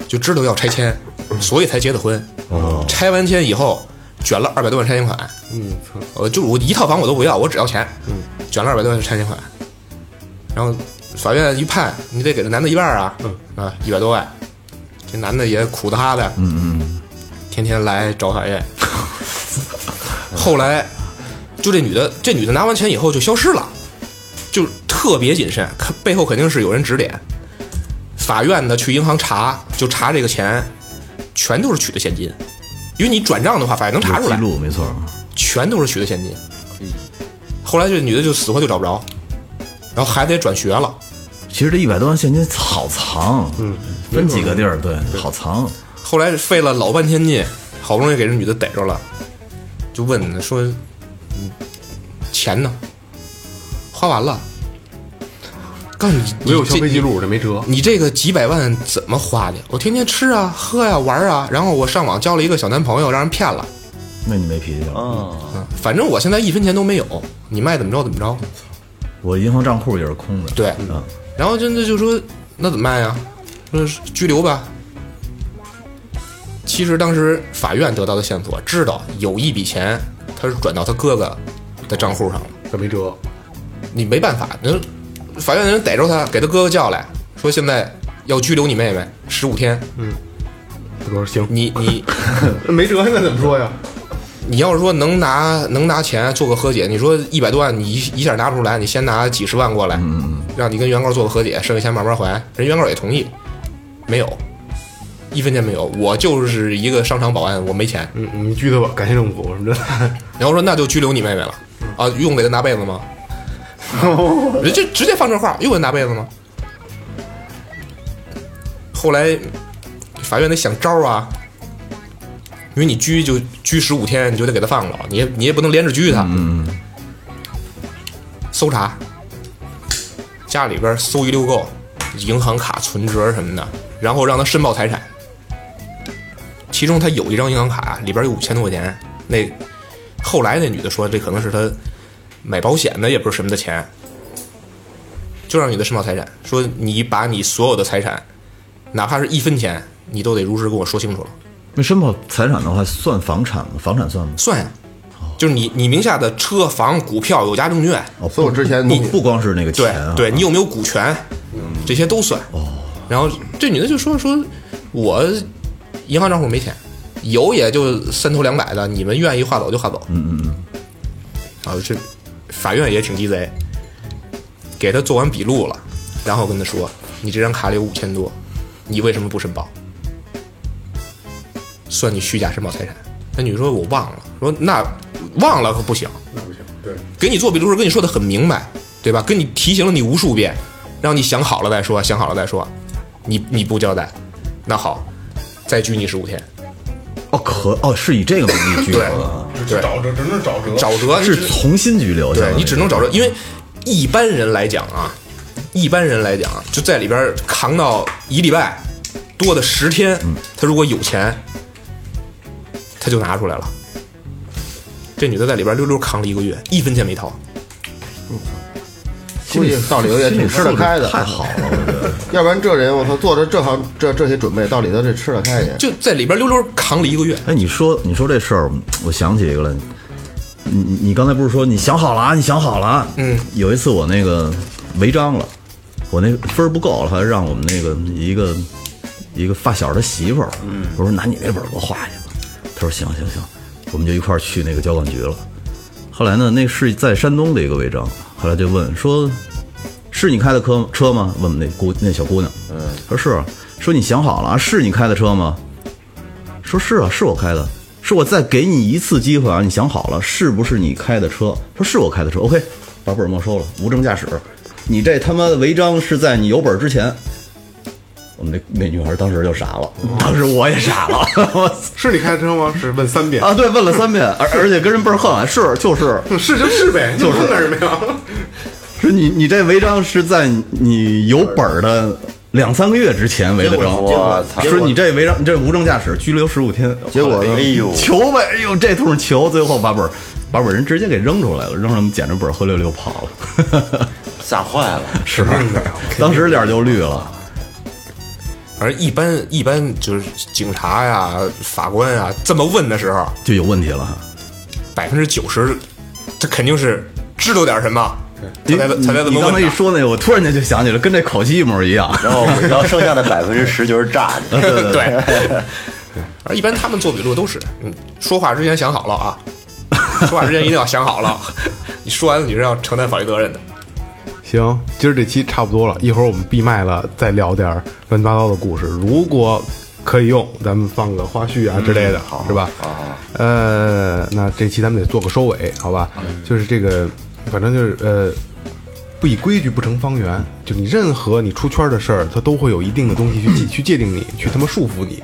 就知道要拆迁，所以才结的婚。哦，拆完迁以后卷了二百多万拆迁款，
嗯操，
呃，就是我一套房我都不要，我只要钱，
嗯
卷了二百多万拆迁款，然后法院一判，你得给这男的一半儿啊，
嗯
啊，一百多万，这男的也苦的哈的，嗯嗯，天天来找法院， 后来就这女的，这女的拿完钱以后就消失了，就特别谨慎，看背后肯定是有人指点，法院的去银行查，就查这个钱，全都是取的现金。因为你转账的话，法院能查出
有记
来。
录没错，
全都是取的现金。
嗯
后来这女的就死活就找不着，然后孩子也转学了，
其实这一百多万现金好藏，嗯，分几个地儿，对，好藏。
后来费了老半天劲，好不容易给这女的逮着了，就问她说：“嗯，钱呢？花完了。”告诉你，
没有
你
消
这
费记录，这没辙。
你这个几百万怎么花的？我天天吃啊、喝呀、玩啊，然后我上网交了一个小男朋友，让人骗了。
那你没脾气了？
啊，
嗯，反正我现在一分钱都没有，你爱怎么着怎么着。
我银行账户也是空的，
对
嗯，
然后真的就说那怎么办呀？说拘留吧。其实当时法院得到的线索，知道有一笔钱他是转到他哥哥的账户上了，
这没辙，
你没办法，人法院的人逮着他，给他哥哥叫来说现在要拘留你妹妹十五天，
他说行，
你你
没辙，那怎么说呀？
你要是说能拿能拿钱做个和解，你说一百多万你一一下拿不出来，你先拿几十万过来，让你跟原告做个和解，剩下钱慢慢还，人原告也同意，没有，一分钱没有，我就是一个商场保安，我没钱。
嗯， 你拘他吧，感谢政府什么的。
然后说那就拘留你妹妹了，啊，用给她拿被子吗？人家直接放这话，用给她拿被子吗？后来法院得想招啊，因为你拘就拘十五天，你就得给他放了，你也你也不能连着拘他。搜查，家里边搜一溜够，银行卡、存折什么的，然后让他申报财产。其中他有一张银行卡，里边有五千多块钱。那后来那女的说，这可能是她买保险的，也不是什么的钱，就让女的申报财产，说你把你所有的财产，哪怕是一分钱，你都得如实跟我说清楚了。
那申报财产的话，算房产吗？房产算吗？
算呀，就是你你名下的车房、股票、有价证券，
哦，
所以我之前
不不光是那个
对
钱啊，
对，你有没有股权，这些都算。然后这女的就说说，我银行账户没钱，有也就三头两百的，你们愿意划走就划走。嗯嗯嗯。啊，这法院也挺鸡贼，给他做完笔录了，然后跟他说，你这张卡里有五千多，你为什么不申报？算你虚假申报财产。那女的说：“我忘了。”说：“那忘了可不行，给你做笔录时候跟你说的很明白，对吧？跟你提醒了你无数遍，让你想好了再说，想好了再说。你你不交代，那好，再拘你十五天。
哦，可和哦，是以这个名义拘留的啊，
对， 找辙只能找辙，
找辙
是重新拘留，
对你只能找辙，因为一般人来讲啊，一般人来讲啊就在里边扛到一礼拜多的十天，他如果有钱，他就拿出来了。这女的在里边溜溜扛了一个月，一分钱没掏。
估计道理也挺吃得开的，
太好了，我觉得。
要不然这人我操做着这行这这些准备，到里头这吃得开也。
就在里边溜溜扛了一个月。
哎，你说你说这事儿，我想起一个来，你你你刚才不是说你想好了啊？你想好了啊？
嗯，
有一次我那个违章了，我那分儿不够了，还让我们那个一个一个发小的媳妇儿，我说拿你那本儿给我画去吧，他说行行行，我们就一块儿去那个交管局了。后来呢，那是在山东的一个违章，后来就问说，是你开的车车吗？问我们那姑那小姑娘，嗯，说是啊，说你想好了啊，是你开的车吗？说是啊，是我开的，是我再给你一次机会啊，你想好了是不是你开的车？说是我开的车，OK，把本儿没收了，无证驾驶，你这他妈的违章是在你有本儿之前。我们那那女孩当时就傻了，当时我也傻了， 我操！
是你开车吗？是问三遍
啊，对，问了三遍，而而且跟人倍儿恨，是就是，
是就是 呗，
就是
那什么呀？
是你你这违章是在你有本儿的两三个月之前违的章，
我操！
说你这违章，你这无证驾驶，拘留十五天，
结果呢
哎呦，
求呗，哎呦这通求，最后把本儿把本儿人直接给扔出来了，扔出来我们捡着本儿灰溜溜跑了，
吓坏了，
是， 当时脸就绿了，
而一般一般就是警察呀、法官呀这么问的时候，
就有问题了哈。
百分之九十，他肯定是知道点什么，他
因
才
为
能才才这
你
么
刚才
问
一
的。
说那个，我突然间就想起来，跟这口气一模一样。
然后然后剩下的百分之十就是炸 的，
对，而一般他们做笔录都是，嗯，说话之前想好了啊，说话之前一定要想好了，你说完了你是要承担法律责任的。
行，今儿这期差不多了，一会儿我们闭麦了，再聊点儿乱七八糟的故事。如果可以用，咱们放个花絮啊之类的，好是吧？呃，那这期咱们得做个收尾，好吧？就是这个，反正就是呃，不以规矩不成方圆，就你任何你出圈的事儿，它都会有一定的东西去界去界定你，去他妈束缚你。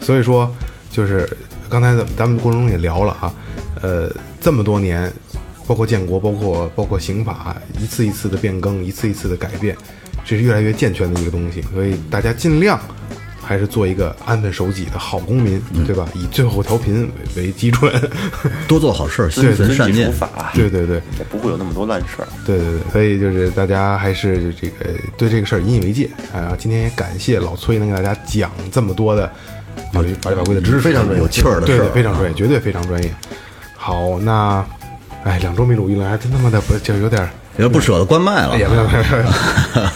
所以说，就是刚才咱咱们过程中也聊了啊，呃，这么多年，包括建国，包括包括刑法，一次一次的变更，一次一次的改变，这是越来越健全的一个东西。所以大家尽量还是做一个安分守己的好公民，对吧？以最后调频为为基准。
多做好事儿，心存善
遵纪
念
守。法，啊
对对对。
也不会有那么多烂事儿。
对对对，所以就是大家还是这个对这个事儿引以为戒啊。今天也感谢老崔能给大家讲这么多的法律法律法规的知识，
非常专业有
趣儿的
对
事
对，
儿
非常专业，绝对非常专业。好，那哎，两周没录音了，还真他妈的不就有点儿，
有点不舍得关麦了
哎。呀，没有没有没有。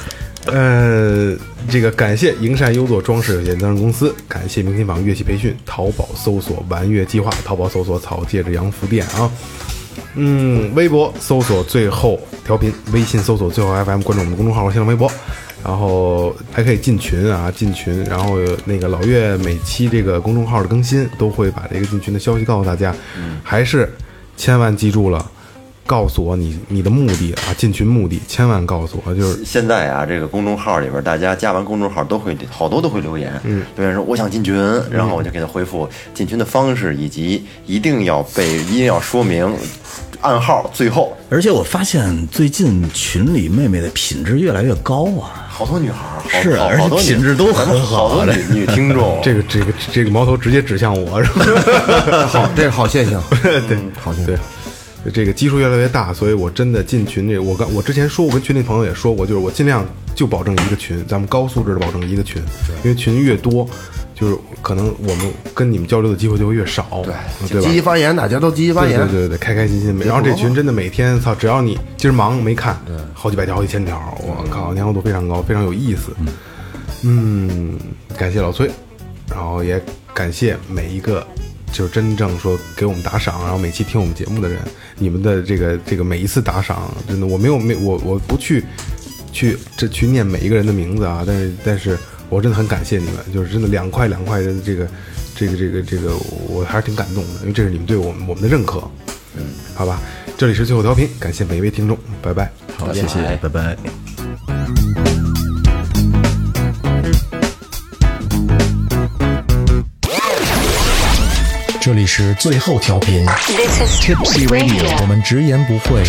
呃，这个感谢营山优作装饰有限责任公司，感谢明琴坊乐器培训，淘宝搜索“玩乐计划”，淘宝搜索“草戒指洋服店”啊。嗯，微博搜索最后调频，微信搜索最后 FM，关注我们的公众号和新浪微博，然后还可以进群啊，进群。然后那个老岳每期这个公众号的更新都会把这个进群的消息告诉大家，还是千万记住了，告诉我你你的目的啊，进群目的千万告诉我，就是
现在啊，这个公众号里边，大家加完公众号都会好多都会留言，嗯，留言说我想进群，
嗯
然后我就给他回复进群的方式，以及一定要被一定要说明暗号，最后
而且我发现最近群里妹妹的品质越来越高啊，
好多女孩儿，好
是啊
好
而且
好多女
品质都
咱们
很好啊
好多女女听 众，
这个这个这个矛头直接指向我，是吧？
好，这是好现象，对，嗯好现 象
对。这个基数越来越大，所以我真的进群这，我刚我之前说，我跟群里朋友也说过，就是我尽量就保证一个群，咱们高素质的保证一个群，因为群越多，就是可能我们跟你们交流的机会就会越少，对对吧
积？极发言，大家都积极发
对
言
对。对对，开开心心。然后这群真的每天操，只要你今儿忙没看，好几百条、好几千条，
嗯
我靠，粘合度非常高，非常有意思。嗯，感谢老崔，然后也感谢每一个就是真正说给我们打赏，然后每期听我们节目的人，你们的这个这个每一次打赏，真的我没有没我我不去去这去念每一个人的名字啊，但是但是我真的很感谢你们，就是真的两块两块的这个这个这个这个，我还是挺感动的，因为这是你们对我们我们的认可，嗯，好吧，这里是最后调频，感谢每一位听众，拜拜。
好，谢谢，拜拜。
这里是最后调频
This is
Tipsy
Radio
我们直言不讳。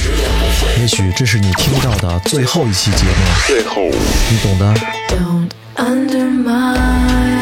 也许这是你听到的最后一期节目，
最后，
你懂的。
Undermine.